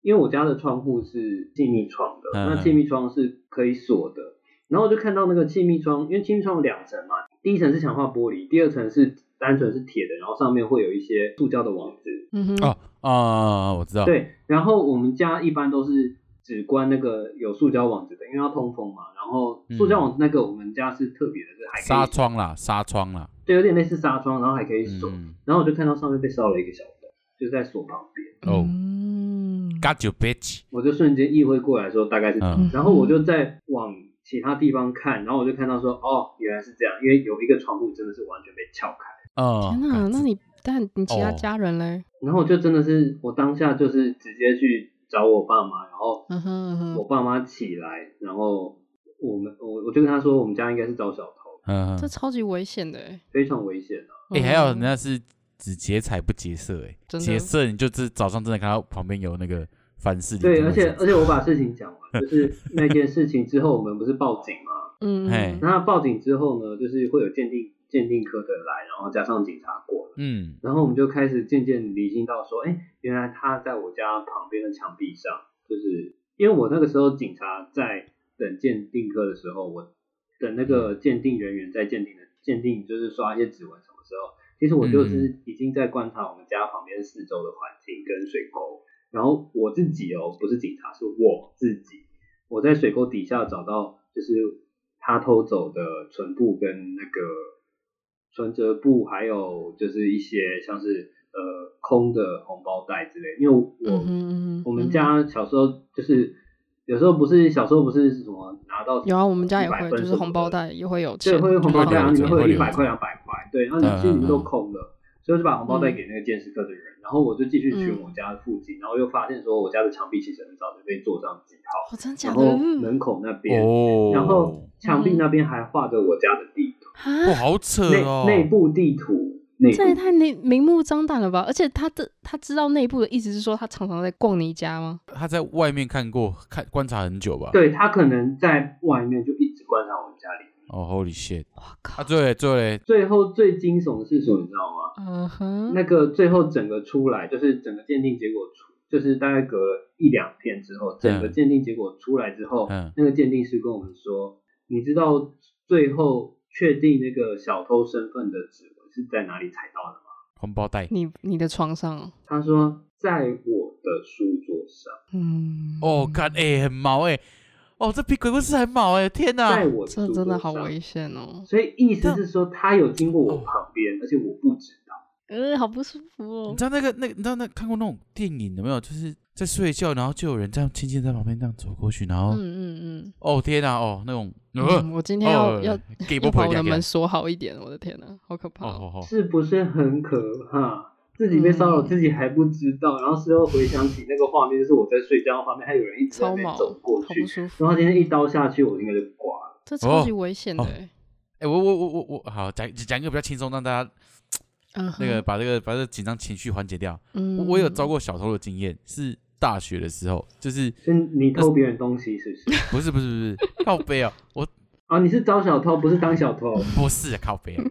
S4: 因为我家的窗户是气密窗的，
S3: 嗯
S4: 那气密窗是可以锁的。然后我就看到那个气密窗，因为气密窗有两层嘛，第一层是强化玻璃，第二层是单纯是铁的，然后上面会有一些塑胶的网子。
S2: 嗯哼，
S3: 哦啊，我知道，，
S4: 对，然后我们家一般都是只关那个有塑胶网子的，因为要通风嘛。然后塑胶网子那个我们家是特别的，是还可以
S3: 嗯纱窗啦，纱窗啦，
S4: 对，有点类似纱窗，然后还可以锁。
S3: 嗯
S4: 然后我就看到上面被烧了一个小灯，就是在锁旁边，
S3: 哦
S2: 嗯
S3: ，Got you bitch，
S4: 我就瞬间意会过来说大概是这样。
S3: 嗯
S4: 然后我就再往其他地方看，然后我就看到说哦，原来是这样，因为有一个窗户真的是完全被撬开。
S3: 啊，
S2: 天哪，
S3: 干
S2: 那你但你其他
S3: 哦
S2: 家人嘞？
S4: 然后我就真的是我当下就是直接去找我爸妈，然后
S2: 嗯哼嗯哼
S4: 我爸妈起来，然后我们我我就跟他说，我们家应该是遭小偷，
S3: 嗯，
S2: 这超级危险的欸。
S4: 非常危险啊。
S3: 哎、还有人
S2: 嗯
S3: 家是只劫财不劫色、欸，哎，
S2: 真的
S3: 劫色你就只早上真的看到旁边有那个凡士林
S4: 对，
S3: 灯
S4: 而
S3: 会
S4: 且
S3: 闪，
S4: 而且我把事情讲完，就是那件事情之后，我们不是报警吗？
S2: 嗯，
S3: 嘿
S4: 那报警之后呢，就是会有鉴定鉴定科的来，然后加上警察过来，
S3: 嗯，
S4: 然后我们就开始渐渐理清到说，哎，原来他在我家旁边的墙壁上，就是因为我那个时候警察在等鉴定科的时候，我等那个鉴定人员在鉴定的鉴定，就是刷一些指纹什么时候，其实我就是已经在观察我们家旁边四周的环境跟水沟，然后我自己哦，不是警察，是我自己，我在水沟底下找到就是他偷走的唇布跟那个存折布，还有就是一些像是呃空的红包袋之类，因为我。
S2: 嗯哼嗯哼，
S4: 我们
S2: 嗯
S4: 家小时候就是有时候不是小时候不是什么拿到
S2: 有啊，我们家也
S4: 100
S2: 会，
S4: 分
S2: 就是
S4: 什么
S2: 红包
S4: 的，
S2: 袋也会有
S4: 对，
S2: 钱，
S4: 会有红包袋，
S3: 就
S4: 然后
S3: 是
S4: 里面会有嗯
S3: 会留
S4: 一百块、两
S3: 着
S4: 百块，对，然后你心里面都空了，所以我就把红包
S2: 嗯
S4: 袋给那个建识科的人，然后我就继续巡我家附近，然后又发现说我家的墙壁其实很早就被做上记
S2: 哦，
S4: 号，
S2: 真的假
S4: 然
S2: 的？
S4: 后门口那边，
S3: 哦，
S4: 然后墙壁那边还画着我家的地图，
S2: 啊
S3: 哇，，好扯
S4: 内
S3: 哦，
S4: 内部地图，内
S2: 这也
S4: 部
S2: 太明明目张胆了吧！而且他的他知道内部的意思是说，他常常在逛你家吗？
S3: 他在外面看过，看观察很久吧，，
S4: 对他可能在外面就一直观察我们家里。
S3: 哦，Holy shit，
S2: 我
S3: 啊，
S2: 靠，
S3: 最后嘞最后嘞，
S4: 最后最惊悚的是什么，你知道吗？
S2: 嗯哼，
S4: 那个最后整个出来，就是整个鉴定结果出，就是大概隔了一两天之后，整个鉴定结果出来之后，
S3: 嗯
S4: 那个鉴定师跟我们说，你知道最后确定那个小偷身份的指纹是在哪里踩到的吗？
S3: 红包袋，
S2: 你你的床上哦，
S4: 他说在我的书桌上，
S2: 嗯，
S3: 哦，干，哎、很毛哎、哦，这比鬼故事还毛哎、天哪
S4: 在，我的
S2: 这
S4: 书桌上，
S2: 啊真的好危。险哦，
S4: 所以意思是说，他有经过我
S3: 嗯
S4: 旁边，而且我不知道。
S2: 呃，好不舒服
S3: 你
S2: 哦
S3: 知，道那个那个你知道那看过那种电影有没有？就是在睡觉，然后就有人这样轻轻在旁边这样走过去，然后，
S2: 嗯嗯
S3: 哦天哪，哦那种，
S2: 嗯
S3: 呃
S2: 嗯，我今天要
S3: 哦
S2: 要
S3: 给
S2: 要
S3: 不
S2: 把
S3: 回
S2: 我
S3: 家
S2: 的
S3: 给他
S2: 门锁好一点，我的天哪，好可怕
S3: 哦
S2: 哦！
S3: 哦哦，
S4: 是不是很可怕？自己被骚扰，
S2: 嗯
S4: 自己还不知道，然后事后回想起那个画面，就是我在睡觉，画面还有人一直在
S2: 超
S4: 那边
S2: 毛，
S4: 走过
S2: 好
S4: 去
S2: 不，舒服，哦
S4: 然后今天一刀下去，我应该就挂了。
S2: 这超级危险的
S3: 哦
S2: 欸。
S3: 哎、我我我我我好讲讲一个比较轻松，让大家
S2: 嗯哼，
S3: 那个把这个把这个紧张情绪缓解掉。
S2: 嗯，
S3: 我我有遭过小偷的经验，是大学的时候，就是
S4: 就你偷别人东西是不是？
S3: 不是不是不是 靠背哦，我
S4: 啊，你是招小偷，不是当小偷。
S3: 不是靠背、啊，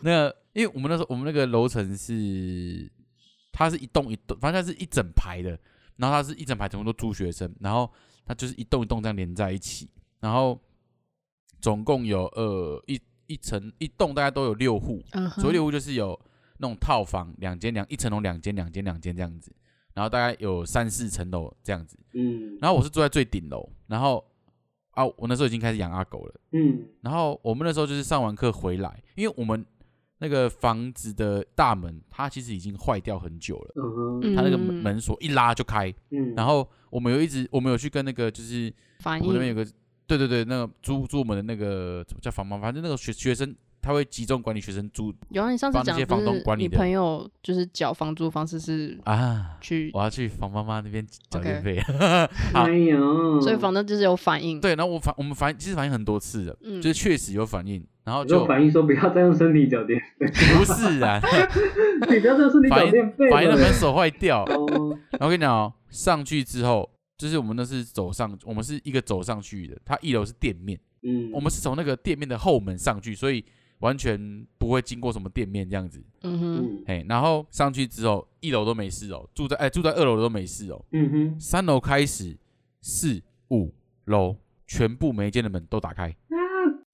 S3: 那个因为我们那时候我们那个楼层是它是一栋一栋，反正它是一整排的，然后它是一整排全部都住学生，然后它就是一栋一栋这样连在一起，然后总共有呃一一层一栋大概都有六户，
S2: 嗯
S3: 所谓
S2: 哼，
S3: 六屋就是有那种套房，两间两一层楼，两间两间两间这样子，然后大概有三四层楼这样子。
S4: 嗯
S3: 然后我是住在最顶楼，然后啊，我那时候已经开始养阿狗了。
S4: 嗯
S3: 然后我们那时候就是上完课回来，因为我们那个房子的大门它其实已经坏掉很久了，
S4: 嗯哼
S2: 嗯
S3: 它那个门门锁一拉就开。
S4: 嗯，
S3: 然后我们有一直我们有去跟那个就是
S2: 反
S3: 我那边有
S2: 应，
S3: 个，对对对，那个租租我们的那个怎么叫房吗？反正那个学学生他会集中管理学生租
S2: 有啊，你上次
S3: 帮那
S2: 讲
S3: 些
S2: 不
S3: 房东
S2: 是
S3: 管理
S2: 你
S3: 的
S2: 朋友就是缴房租方式是
S3: 啊。
S2: 去，
S3: 我要去房妈妈那边缴
S2: OK
S3: 电费。 好
S4: 哎呀，
S3: 哦
S2: 嗯所以房东就是有反应，
S3: 对，然后我反我们反其实反映很多次的，
S2: 嗯，
S3: 就是确实有反映，然后
S4: 你就
S3: 就
S4: 反映说不要再用身体缴电费，
S3: 不是啊，
S4: 你不要再用身体
S3: 反
S4: 缴
S3: 应
S4: 电费
S3: 反应
S4: 了
S3: 的门手坏掉。
S4: 哦，
S3: 然后跟你讲哦，上去之后，就是我们那是走上，我们是一个走上去的，它一楼是店面，
S4: 嗯，
S3: 我们是从那个店面的后门上去，所以完全不会经过什么店面这样子。
S2: 嗯哼，
S4: 嗯
S3: 嘿，然后上去之后，一楼都没事哦，住在哎住在二楼的都没事哦，
S4: 嗯哼，
S3: 三楼开始四五楼全部每一间的门都打开，
S4: 啊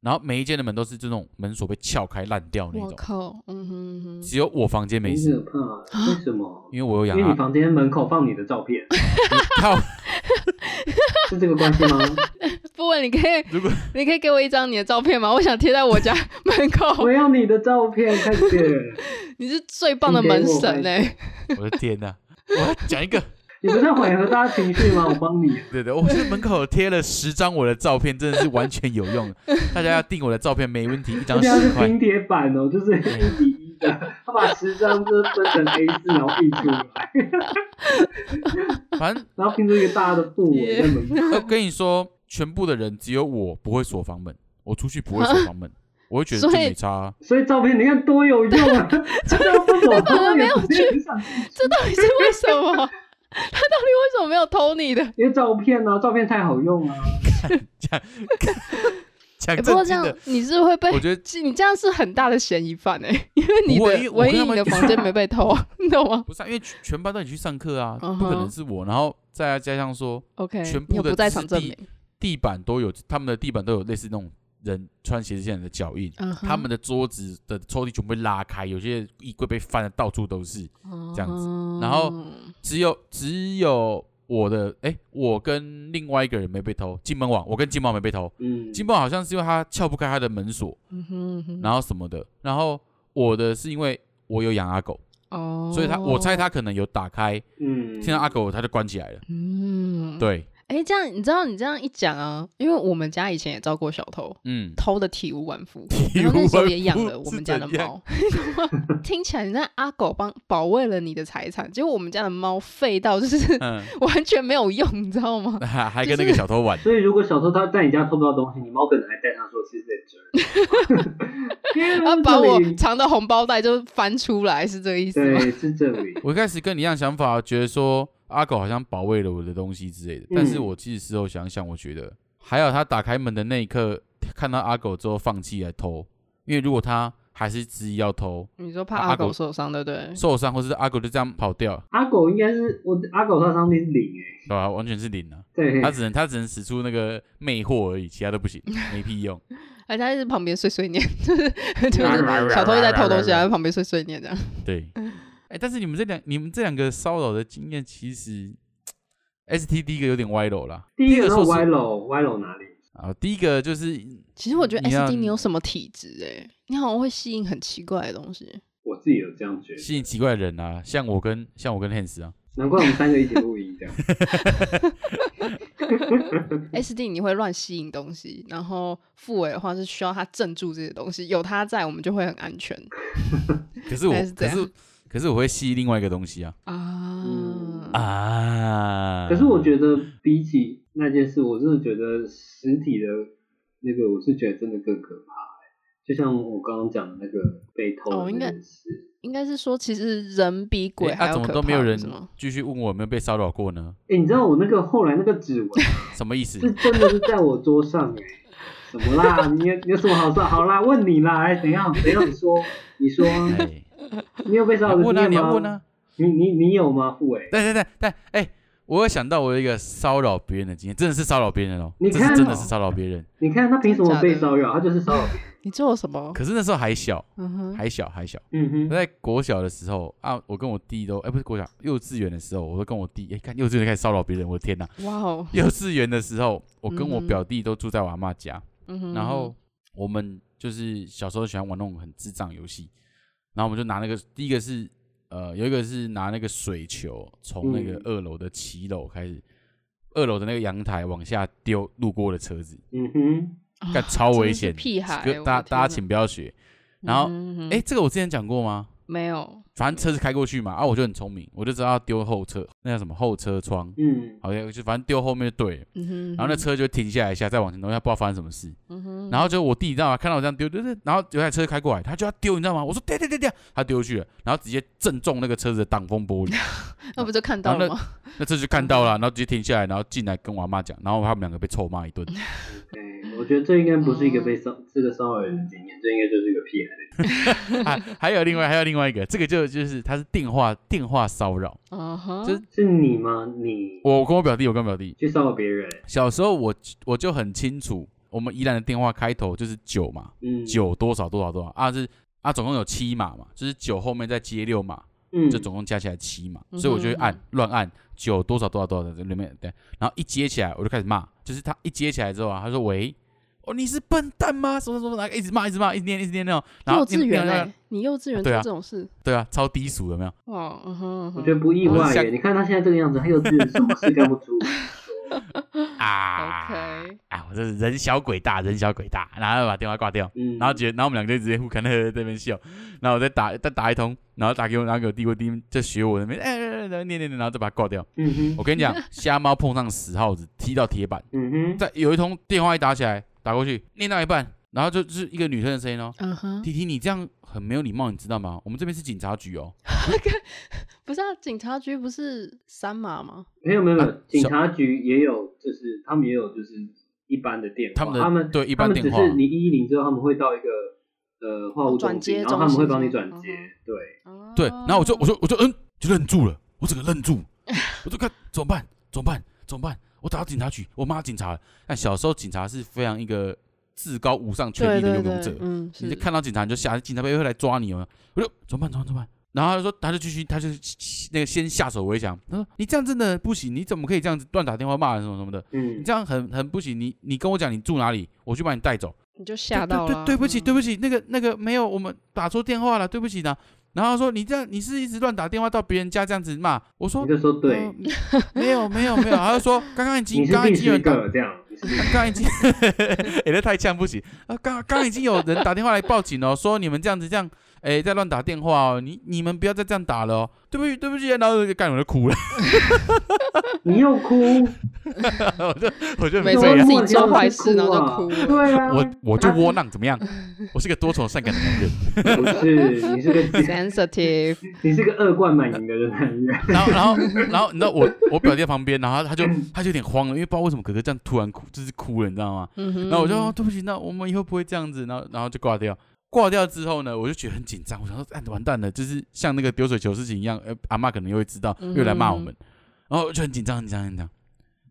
S3: 然后每一间的门都是这种门锁被撬开烂掉那
S2: 我
S3: 种，
S2: 靠，嗯哼嗯哼，
S3: 只有我房间没
S4: 很
S3: 事，
S4: 可怕，啊为什么？
S3: 因为我有
S4: 因
S3: 养
S4: 为你
S3: 啊，
S4: 房间门口放你的照片，
S3: 靠，
S4: 是这个关 系吗？
S2: 不过你可 以，
S3: 如果
S2: 你可以给我一张你的照片吗？我想贴在我 家门口
S4: 我。要你的照片，快点！
S2: 你是最棒的门神哎、
S3: 我的天哪、我要讲一个。
S4: 你不是要缓和大家情绪吗？我帮你。
S3: 对对，我现在门口贴了十张我的照片，真的是完全有 用的。大家要订我的照片没问题，一
S4: 而
S3: 张
S4: 且它
S3: 十
S4: 是
S3: 块。
S4: 拼贴版哦，就是一比一的，他把十张就是分成 A 四，然后印出来，
S3: 反正
S4: 然后拼出一个大的布围在门口。
S3: 我跟你说，全部的人只有我不会锁房门，我出去不会锁 房门，我会觉得这
S2: 所以
S3: 没差啊、
S4: 所以照片你看多有用 啊！这样不走，他没有去上，
S2: 这 到底是为什么？他 到底为什么没有偷你的？
S4: 因为照片啊，照片太好用啊。
S3: 讲
S2: 哎不
S3: 正
S2: 过这
S3: 经
S2: 样
S3: 的，
S2: 你是会被
S3: 我，觉得
S2: 其你这样是很大的嫌疑犯哎、 因为你
S3: 不会因为
S2: 的
S3: 我
S2: 唯
S3: 跟
S2: 一
S3: 他
S2: 你
S3: 们
S2: 的房间没被偷，你懂吗
S3: 不是、啊，因为全全班都已经去上课啊，
S2: 嗯哼
S3: 不可能是我。然后再加上说，
S2: ？OK，
S3: 全
S2: 你
S3: 部
S2: 有
S3: 的
S2: 不在
S3: 质
S2: 场证
S3: 地
S2: 明，
S3: 地板都有他们的地板都有类似那种人穿鞋子线的脚印。
S2: 嗯哼
S3: 他们的桌子的抽屉全部被拉开，有些衣柜被翻的到处都是。这样子然后
S2: 哦
S3: 只有只有我的哎、我跟另外一个人没被偷，金门网，我跟金毛没被偷。
S4: 嗯，
S3: 金毛好像是因为他撬不开他的门锁，
S2: 嗯哼嗯哼
S3: 然后什么的。然后我的是因为我有养阿狗，
S2: 哦，
S3: 所以他我猜他可能有打开，
S4: 嗯，
S3: 听到阿狗他就关起来了。
S2: 嗯，
S3: 对，
S2: 哎，这样你知道你这样一讲啊，因为我们家以前也遭过小偷，
S3: 嗯，
S2: 偷的体无完肤，
S3: 体
S2: 然后那时候
S3: 无完
S2: 也养
S3: 肤
S2: 了我
S3: 是
S2: 们家的
S3: 怎样
S2: 猫， 听起来你那阿狗帮保卫了你的财产，结果我们家的猫废到就是
S3: 嗯，
S2: 完全没有用，你知道吗？
S3: 还还
S2: 就
S3: 跟那个小偷玩。
S4: 所以如果小偷他在你家偷不到东西，你猫可能还带他说其实在 这儿，
S2: 他 把
S4: 这
S2: 我
S4: 里
S2: 藏的红包袋就翻出来，是这个意思吗？
S4: 对是这里，
S3: 我一开始跟你一样想法，觉得说阿狗好像保卫了我的东西之类的。但是
S4: 嗯
S3: 我其实事后想想，我觉得还有他打开门的那一刻，看到阿狗之后放弃来偷，因为如果他还是执意要偷，
S2: 你说怕
S3: 啊
S2: 阿
S3: 阿狗
S2: 狗受伤，对不对？
S3: 受伤或是阿狗就这样跑掉，
S4: 阿狗应该是我阿狗杀伤力是零欸
S3: 对吧、完全是零啊，
S4: 哎、对，
S3: 他只能他只能使出那个魅惑而已，其他都不 行，没屁用。
S2: 而且哎他一直旁边碎碎念， 就是就是小偷一直在偷东西，他在旁边碎碎念这样。
S3: 对，
S4: 嗯
S3: 哎，但是你们这两你们这两个骚扰的经验，其实 S T 第一个有点歪楼啦。
S4: 第一个
S3: 说
S4: 是
S3: 是
S4: 歪楼，歪楼哪里？
S3: 啊，第一个就是
S2: 其实我觉得
S3: 你要
S2: S D 你有什么体质哎、你好像会吸引很奇怪的东西。
S4: 我自己有这样觉得，
S3: 吸引奇怪的人啊，像我跟像我跟 Hans 啊。
S4: 难怪我们三个一起录音这 样。
S2: S D 你会乱吸引东西，然后副委的话是需要他镇住这些东西，有他在我们就会很安全
S3: 可是我
S2: 大概是这
S3: 可
S2: 样
S3: 是可是我会吸另外一个东西啊
S2: 啊
S4: 嗯
S3: 啊！
S4: 可是我觉得比起那件事，我真的觉得实体的那个，我是觉得真的更可怕、欸。就像我刚刚讲的那个被偷
S2: 哦
S4: 的
S2: 应
S4: 那
S2: 该
S4: 件事，
S2: 应该是说，其实人比
S3: 诶
S2: 鬼还
S3: 啊、
S2: 要
S3: 怎
S2: 可
S3: 么
S2: 怕，
S3: 都没有人
S2: 是吗？
S3: 继续问我有没有被骚扰过呢？
S4: 哎、你知道我那个后来那个指纹，
S3: 什么意思？
S4: 是真的是在我桌上哎、怎么啦？你有你有什么好说？好啦，问你啦，哎、怎样？怎样？你说，你说，
S3: 哎，
S4: 你有被
S3: 你
S4: 骚
S3: 要
S4: 扰的
S3: 问啊，
S4: 经验
S3: 你
S4: 吗？
S3: 要问啊！
S4: 你你你有吗，欸傅伟？
S3: 对对对对，哎、我有想到我有一个骚扰别人的经验，真的是骚扰别人哦，
S4: 你
S3: 这
S4: 看
S3: 是
S4: 哦
S3: 真的是骚扰别人。
S4: 你看他凭什么
S2: 真
S4: 被
S2: 假的
S4: 骚扰？他就是骚扰别人。
S2: 你做了什么？
S3: 可是那时候还小，
S2: 嗯哼，
S3: 还小，还小。
S4: 嗯
S3: 我
S4: 哼，
S3: 在国小的时候啊，我跟我弟都，哎、不是国小，幼稚园的时候，我都跟我弟，哎、看幼稚园开始骚扰别人，我的天哪！
S2: 哇哦，
S3: 幼稚园的时候，我跟我
S2: 嗯哼
S3: 表弟都住在我阿妈家，
S2: 嗯哼，
S3: 然后我们就是小时候喜欢玩那种很智障游戏，然后我们就拿那个第一个是呃有一个是拿那个水球从那个
S4: 嗯
S3: 二楼的骑楼开始，二楼的那个阳台往下丢路过的车子，
S4: 嗯哼，
S2: 啊
S3: 干超
S2: 真的
S3: 危
S2: 是
S3: 险，
S2: 屁孩，
S3: 哥
S2: 我
S3: 大
S2: 的
S3: 大
S2: 天哪
S3: 家请不要学。然后
S2: 嗯哼
S3: 哎、这个我之前讲过吗？
S2: 没有，
S3: 反正车子开过去嘛，啊，我就很聪明，我就知道要丢后车，那叫什么后车窗，
S4: 嗯
S3: 好像就反正丢后面就对了。
S2: 嗯哼，
S3: 然后那车就停下来一下，再往前走，因为它不知道发生什么事。
S2: 嗯哼，
S3: 然后就我弟你知道吗？看到我这样丢丢丢，然后有台车开过来，他就要丢，你知道吗？我说丢丢丢丢，他丢去了，然后直接正中那个车子的挡 风玻璃，
S2: 那不就看到了吗？
S3: 那车就看到了，然后直接停下来，然后进来跟我阿妈讲，然后他们两个被臭骂一 顿。
S4: 嗯，我觉得这应该不是一个被骚这个骚扰人的经验，这应该就是一个屁孩的经验。
S3: 还还有另外还有另外一个，这个就就是他是电话电话骚扰，
S2: 啊哈，
S3: 就是
S4: 是你吗？你
S3: 我跟我表弟，我跟我表弟，
S4: 去骚扰别人？欸
S3: 小时候我我就很清楚，我们宜兰的电话开头就是九嘛，
S4: 嗯，
S3: 九多少多少多少啊是啊总共有七码嘛，就是九后面再接六码，
S4: 嗯，
S3: 就总共加起来七嘛，
S2: 嗯
S3: 所以我就会按
S2: 嗯
S3: 乱按九多少多少多少的里面对，然后一接起来我就开始骂，就是他一接起来之后啊，他说喂，哦你是笨蛋吗？什么什么什么，一直骂一直骂一直念一直念那种，然后
S2: 幼稚园
S3: 念
S2: 哎，你幼稚园做
S3: 对啊
S2: 这种事，
S3: 对啊，超低俗有没有？
S2: 哇，嗯哼，嗯
S4: 我
S2: 哼
S4: 觉得不意
S3: 我
S4: 外欸
S3: 是想
S4: 耶。你看他现在这个样子，他幼稚园什么事干不出。
S3: 啊
S2: OK
S3: 啊，我这是人小鬼大，人小鬼大，然后把电话挂掉。
S4: 嗯，
S3: 然后觉得，然后我们两个就直接互看呵呵在那边笑，然后我再打再打一通，然后打给我，然后给我弟，我弟就学我那边，哎哎哎，哎念念念，然后再把它挂掉。
S4: 嗯哼，
S3: 我跟 你讲，瞎猫碰上死耗子，踢到铁板。
S4: 嗯哼，
S3: 再有一通电话一打起来，打过去，念到一半，然后就就是一个女生的声音哦，
S2: 嗯哼，
S3: 弟弟你这样很没有礼貌，你知道吗？我们这边是警察局哦，
S2: 不是啊，警察局不是三马吗？
S4: 没有没有没有
S3: 啊，
S4: 警
S3: 小
S4: 察局也有，就是他们也有就是一般的电话，
S3: 他们的
S4: 他们
S3: 对一般
S4: 他
S3: 电话哦
S4: 们只是你一一零之后，他们会到一个呃话务中
S2: 转接
S4: 心，然后他们会帮你
S2: 中心
S4: 转接
S2: 嗯哼，
S4: 对，
S3: 对，然后我
S2: 啊
S3: 就我就我就嗯，就愣住了，我整个愣住，我就看怎么办？怎么办？怎么办？我打到警察局，我骂警察了。但小时候警察是非常一个至高无上权
S2: 对
S3: 力的
S2: 对
S3: 拥有者
S2: 对，，嗯，
S3: 你
S2: 是
S3: 就看到警察你就吓，警察会会来抓你哦。我就怎么办？怎么办？怎么办？然后他就说，他就继续，他就那个先下手为强。他说：“你这样真的不行，你怎么可以这样子乱打电话骂人什么什么的？你
S4: 嗯，
S3: 这样很很不行。你你跟我讲你住哪里，我去把你带走。
S2: 你就吓
S3: 对
S2: 到
S3: 对
S2: 了啊，
S3: 对，对不起，
S2: 嗯
S3: 对不起，那个那个没有，我们打错电话了，对不起的。然后他说你这样，你是一直乱打电话到别人家这样子骂。我说
S4: 你就说对，
S3: 呃
S2: 哦
S3: 没有没有没有，他就说刚刚已经
S4: 你是
S3: 刚刚
S4: 第
S3: 已经有
S4: 十
S3: 人打，
S4: 个这样，你是第十个
S3: 刚刚已 经，哎、那太呛不行啊！刚刚刚已经有人打电话来报警了，说你们这样子这样，哎、在乱打电话哦，你你们不要再这样打了哦，对不起对不起，然后就干我就哭了，
S4: 你又哭，
S3: 我就我 就
S2: 每
S3: 没
S2: 次
S3: 这
S2: 我
S3: 样
S2: 自，己做坏事然后就哭了
S4: 对啊，
S3: 我我就窝囊怎么样？我是个多愁善感的男人。
S4: 不是， 你是个
S2: sensitive，
S4: 你是个恶贯满盈的人男人，
S3: 然后，然后，然后，你知道我我表弟在旁边，然后他就他就有点慌了，因为不知道为什么哥哥这样突然哭，就是哭了，你知道吗？
S2: 嗯哼，
S3: 然后我就说、对不起，那我们以后不会这样子，然后然后就挂掉。挂掉之后呢，我就觉得很紧张，我想说，哎，完蛋了，就是像那个丢水球事情一样，呃，阿妈可能又会知道，
S2: 嗯
S3: 又来骂我们，然后我就很紧张，很紧张，很紧张。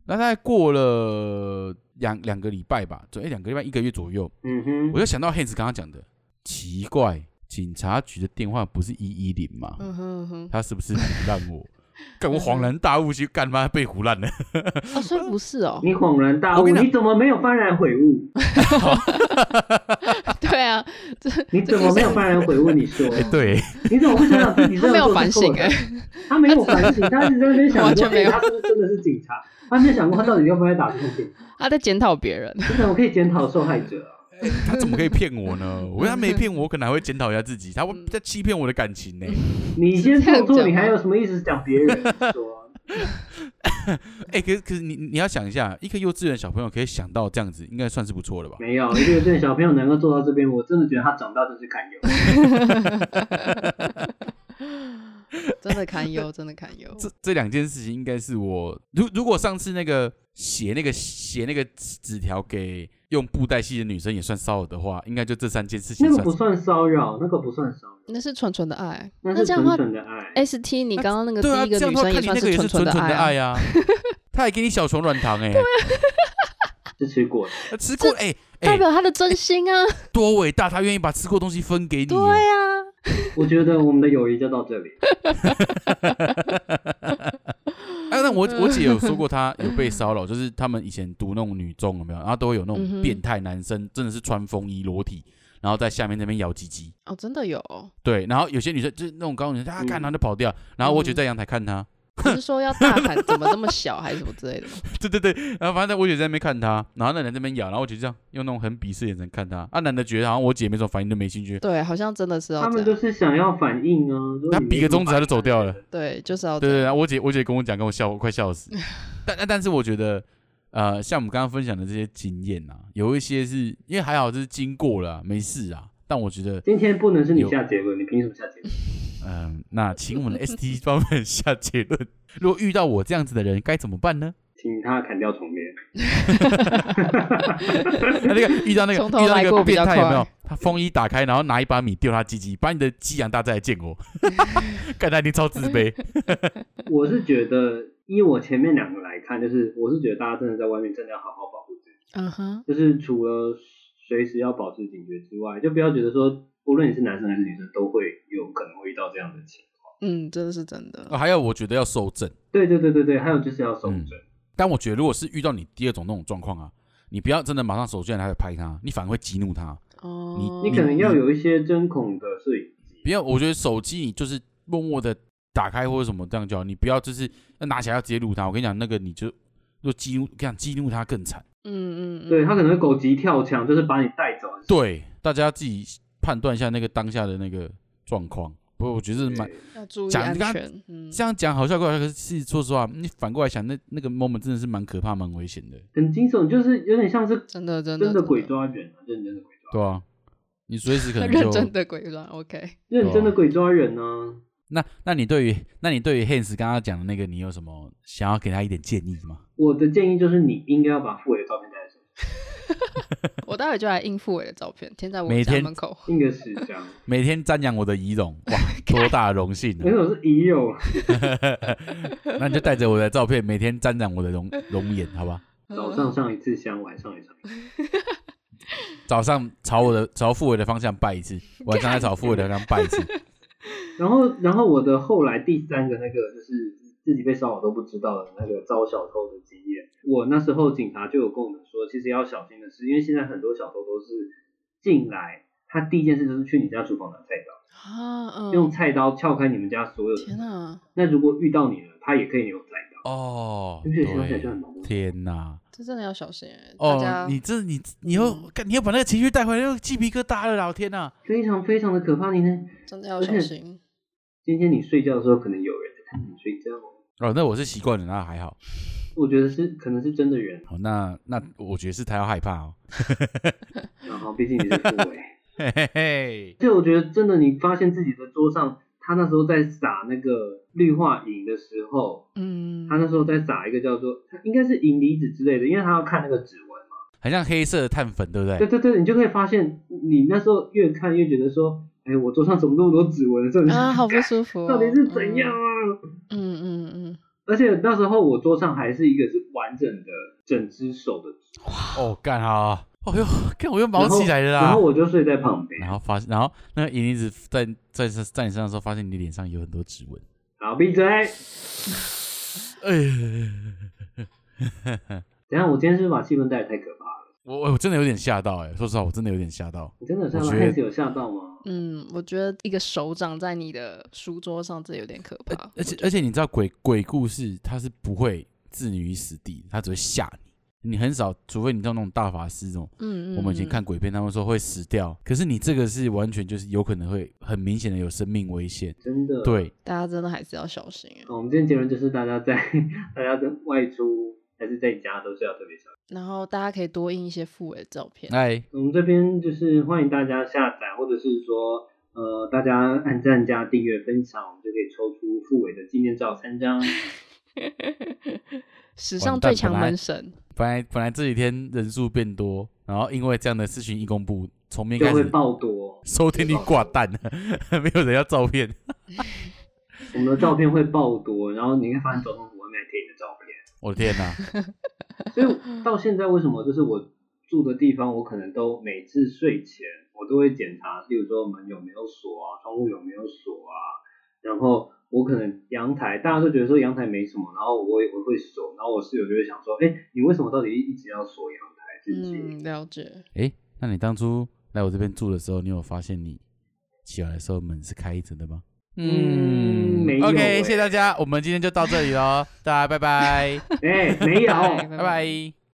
S3: 那大概过了两两个礼拜吧，左哎两个礼拜一个月左右，
S4: 嗯哼
S3: 我，就想到 Hans 刚刚讲的，奇怪，警察局的电话不是一一零吗？
S2: 嗯哼嗯哼，
S3: 他是不是胡烂我？干我恍然大悟，去干妈被胡烂了。
S2: 哦，所以不是哦，
S4: 你恍然大
S3: 我
S4: 悟，
S3: 跟你讲
S4: 你怎么没有幡然悔悟？
S2: 对啊，
S4: 你怎么没有幡然悔悟？你说，
S3: 哎对，
S4: 你怎么会知道自己
S2: 他
S4: 这
S2: 没有
S4: 样做
S2: 反
S4: 是错
S2: 省
S4: 的
S2: 哎？，
S4: 他没有反 省，他一直在那边想
S2: 完
S4: 说，
S2: 全没
S4: 哎
S2: 有
S4: 他是不是真的是警察？他没有想过他到底要不要打这个电话？
S2: 他在检讨别人，
S4: 这怎么可以检讨受害者啊？
S3: 他怎么可以骗我 呢？我他没骗我，我可能还会检讨一下自己，他
S2: 嗯
S3: 会在欺骗我的感情呢。
S4: 你先做
S2: 是这样讲
S4: 做，
S2: 吗
S4: 你还有什么意思讲别人？你 说，
S3: 哎、可是可是你你要想一下，一个幼稚园小朋友可以想到这样子，应该算是不错了吧？
S4: 没有，一个这小朋友能够做到这边，我真的觉得他长大真是 堪忧。
S2: 真的堪忧，真的堪忧，
S3: 这这两件事情应该是我，如如果上次那个写那个写那个纸条给用布袋戏的女生也算骚扰的话，应该就这三件事情
S4: 那
S3: 算
S4: 个不算骚扰，那个不不算骚扰，
S2: 那是纯纯的爱，
S4: 那
S2: 那
S4: 是
S2: 这样的
S4: 纯
S2: 话哎
S4: 纯的爱。
S2: ，S T 你刚刚那个
S3: 对啊，
S2: 第一
S3: 这
S2: 个
S3: 样
S2: 女
S3: 的话
S2: 生
S3: 看你
S2: 算
S3: 那个也
S2: 纯
S3: 是纯
S2: 的
S3: 纯的
S2: 爱
S3: 爱
S2: 啊，
S3: 啊，他还给你小熊软糖哎、
S4: 是吃过的，
S3: 他吃过哎哎、
S2: 啊代表他的真心 啊，
S3: 多伟大，他愿意把吃过东西分给你、
S2: 对
S3: 哎
S2: 啊，
S4: 我觉得我们的友谊就 到这里。
S3: 啊，那我我姐 有说过，她有被骚扰，就是他们以前读那种女中有没有，然后都会有那
S2: 嗯
S3: 种
S2: 哼
S3: 变态男生，真的是穿风衣裸体，然后在下面那边摇鸡鸡。
S2: 哦，真的有哦，
S3: 对，然后有些女生就是那种高中女生，她
S4: 嗯
S3: 干，然后就跑掉，然后我
S2: 嗯
S3: 姐在阳台看她，
S2: 不是说要大喊怎么这么小还是什么之类的吗，
S3: 对对对，然后反正我姐在那边看她，然后那男在那边咬，然后我姐就这样用那种很鄙视的眼神看她，啊，男的觉得好像我姐没什么反应，就没兴趣，
S2: 对，好像真的是要
S4: 他
S2: 这
S4: 们就
S2: 样，
S4: 是想要反应啊，如果
S3: 他
S4: 你
S3: 比
S4: 没
S3: 个
S4: 什
S3: 中
S4: 么
S3: 指他就
S4: 反应
S3: 走掉了。
S2: 哦对，就是要这
S3: 对
S2: 样
S3: 对，然后我姐我姐跟我讲，跟我笑，我快笑死。但但但是我觉得呃，像我们刚刚分享的这些经验啊，有一些是因为还好，就是经过了啊、没事啊。但我觉得，
S4: 今天不能是你
S3: 有
S4: 下结论，你凭什么下结论？
S3: 嗯、那请我们 的 ST 帮们下结论：如果遇到我这样子的人，该怎么办呢？
S4: 请他砍掉重练。
S3: 那个遇到那个
S2: 从头
S3: 遇到那
S2: 来
S3: 个
S2: 过比
S3: 变
S2: 较
S3: 态有没有
S2: 快？
S3: 他风衣打开，然后拿一把米丢他鸡鸡，把你的激扬大寨见我， 干他一定超自 卑。
S4: 我是觉得，依我前面两个来看，就是我是觉得大家真的在外面真的要好好保护自己，
S2: 嗯哼，
S4: 就是除了随时要保持警觉之外，就不要觉得说，不论你是男生还是女生，都会有可能会遇到这样的情况。
S2: 嗯，这是真的。
S3: 还有，我觉得要收正。
S4: 对对对对对，还有就是要守
S3: 嗯
S4: 准。
S3: 但我觉得，如果是遇到你第二种那种状况啊，你不要真的马上手贱他就拍他，你反而会激怒他。
S2: 哦，
S4: 你可能要有一些针孔的摄影机
S3: 嗯不，要，我觉得手机你就是默默的打开或者什么这样就好，你不要就是要拿起来要直接录他。我跟你讲，那个你就就激怒，跟你讲激怒他更惨。
S2: 嗯嗯嗯，
S4: 对他可能会狗急跳墙，就是把你带走。
S3: 对，大家自己判断一下那个当下的那个状况。不过我觉得是蛮
S2: 要注意
S3: 讲
S2: 安
S3: 你刚
S2: 全。嗯，
S3: 这样讲好笑过来，可是其实说实话，你反过来想，那那个 moment 真的是蛮可怕、蛮危险的，
S4: 很惊悚，就是有点像是
S2: 真的真的
S4: 真的鬼，抓人啊，认真的鬼抓，
S3: 对啊，你随时可 能
S2: 认真
S3: 就
S2: 的鬼抓。OK，
S3: 哦
S4: 认真的鬼抓人呢、啊。
S3: 那那你对于那你对于 Hans 刚刚讲的那个，你有什么想要给他一点建议吗？
S4: 我的建议就是，你应该要把傅伟的照片带在身上。
S2: 我待会就来应付我的照片，贴在我
S3: 每
S2: 家
S3: 天
S2: 门口。
S4: 印个十 张，
S3: 每天瞻仰我的仪容，哇，多大的荣幸
S4: 那
S3: 啊！
S4: 种是已有，
S3: 那你就带着我的照片，每天瞻仰我的容容颜，好吧？
S4: 早
S2: 嗯
S4: 上上一次香，晚上也上一次。
S3: 早上朝我的朝傅伟的方向拜一次，晚上再朝傅伟的方向拜一次。
S4: 然后，然后我的后来第三个那个就是自己被骚扰都不知道的那个招小偷的经验，我那时候警察就有跟我们说，其实要小心的是，因为现在很多小偷都是进来，他第一件事就是去你家厨房拿菜刀，
S2: 啊，嗯，
S4: 用菜刀撬开你们家所有的
S2: 天
S4: 门。
S2: 哪，
S4: 那如果遇到你了，他也可以用菜刀。
S3: 哦，
S4: 就是想起来就
S3: 对
S4: 很毛，
S3: 天哪！
S2: 这真的要小心欸大
S3: 哦
S2: 家，
S3: 你这你你又干你又把那个情绪带回来，又鸡皮疙瘩了，老天啊呐、
S4: 非常非常的可怕。你呢？
S2: 真的要小心。
S4: 今天你睡觉的时候，可能有人在看你睡觉哦。
S3: 哦，那我是习惯了，那还好。
S4: 我觉得是，可能是真的人。
S3: 好，那那我觉得是他要害怕哦。
S4: 然后，毕竟你是副委。
S3: 嘿嘿嘿，
S4: 而且我觉得真的，你发现自己的桌上，他那时候在撒那个氯化银的时候，
S2: 嗯，
S4: 他那时候在撒一个叫做应该是银离子之类的，因为他要看那个指纹嘛。
S3: 很像黑色的碳粉，对不
S4: 对
S3: 对？
S4: 对对，你就可以发现，你那时候越看越觉得说，哎，我桌上怎么那么多指纹？到底是、
S2: 啊，好不舒服哦。
S4: 到底是怎样啊？
S2: 嗯？嗯嗯嗯，
S4: 而且那时候我桌上还是一个是完整的整只手的指
S3: 哦，干好，哦哟，看我又
S4: 纹，
S3: 毛起来了啦。
S4: 然后我就睡在旁边
S3: 然，后发现，然后那个银离子在在在在你身上的时候，发现你脸上有很多指纹。
S4: 然后闭嘴。
S3: 哎，
S4: 等一下我今天是不是把气氛带的太可怕了？
S3: 我我真的有点吓到哎、说实话，我真的有点吓到。
S4: 你真的有吓到
S3: 我觉得
S4: Hans 有吓到吗？
S2: 嗯，我觉得一个手掌在你的书桌上，这有点可怕。
S3: 而且而且你知道鬼鬼故事它是不会置你于死地，它只会吓你。你很少，除非你像那种大法师这种，
S2: 嗯，嗯嗯，
S3: 我们以前看鬼片，他们说会死掉，可是你这个是完全就是有可能会很明显的有生命危险。
S4: 真的。
S3: 对，啊
S2: 大家真的还是要小心欸
S4: 好我们今天结论就是，大家在大家在外出还是在家都是要特别小心。
S2: 然后大家可以多印一些副委的照片。
S3: 哎，
S4: 我们这边就是欢迎大家下载，或者是说，呃，大家按赞加订阅分享，我们就可以抽出傅伟的纪念照三张。
S2: 史
S3: 完
S2: 上
S3: 蛋
S2: 最强
S3: 本来
S2: 门神，
S3: 本来本来这几天人数变多，然后因为这样的事情一公布，从明
S4: 就
S3: 天开
S4: 会
S3: 始
S4: 爆多，
S3: 收听率挂蛋 了，没有人要照片。
S4: 我们的照片会爆多，然后你会发现总统府外面还贴你的照片。
S3: 我的天哪、
S4: 所以到现在为什么就是我住的地方，我可能都每次睡前我都会检查，例如说门有没有锁啊，窗户有没有锁啊，然后我可能阳台，大家都觉得说阳台没什么，然后我也我会锁，然后我室友就会想说，哎，你为什么到底一直要锁阳台？自己、
S2: 嗯，了解。
S3: 诶，那你当初来我这边住的时候，你有发现你起来的时候门是开着的吗？
S4: 嗯没有
S3: OK，、
S4: 诶
S3: 谢谢大家，我们今天就到这里喽，大家拜拜，
S4: 哎，没有。
S2: 拜
S3: 拜拜。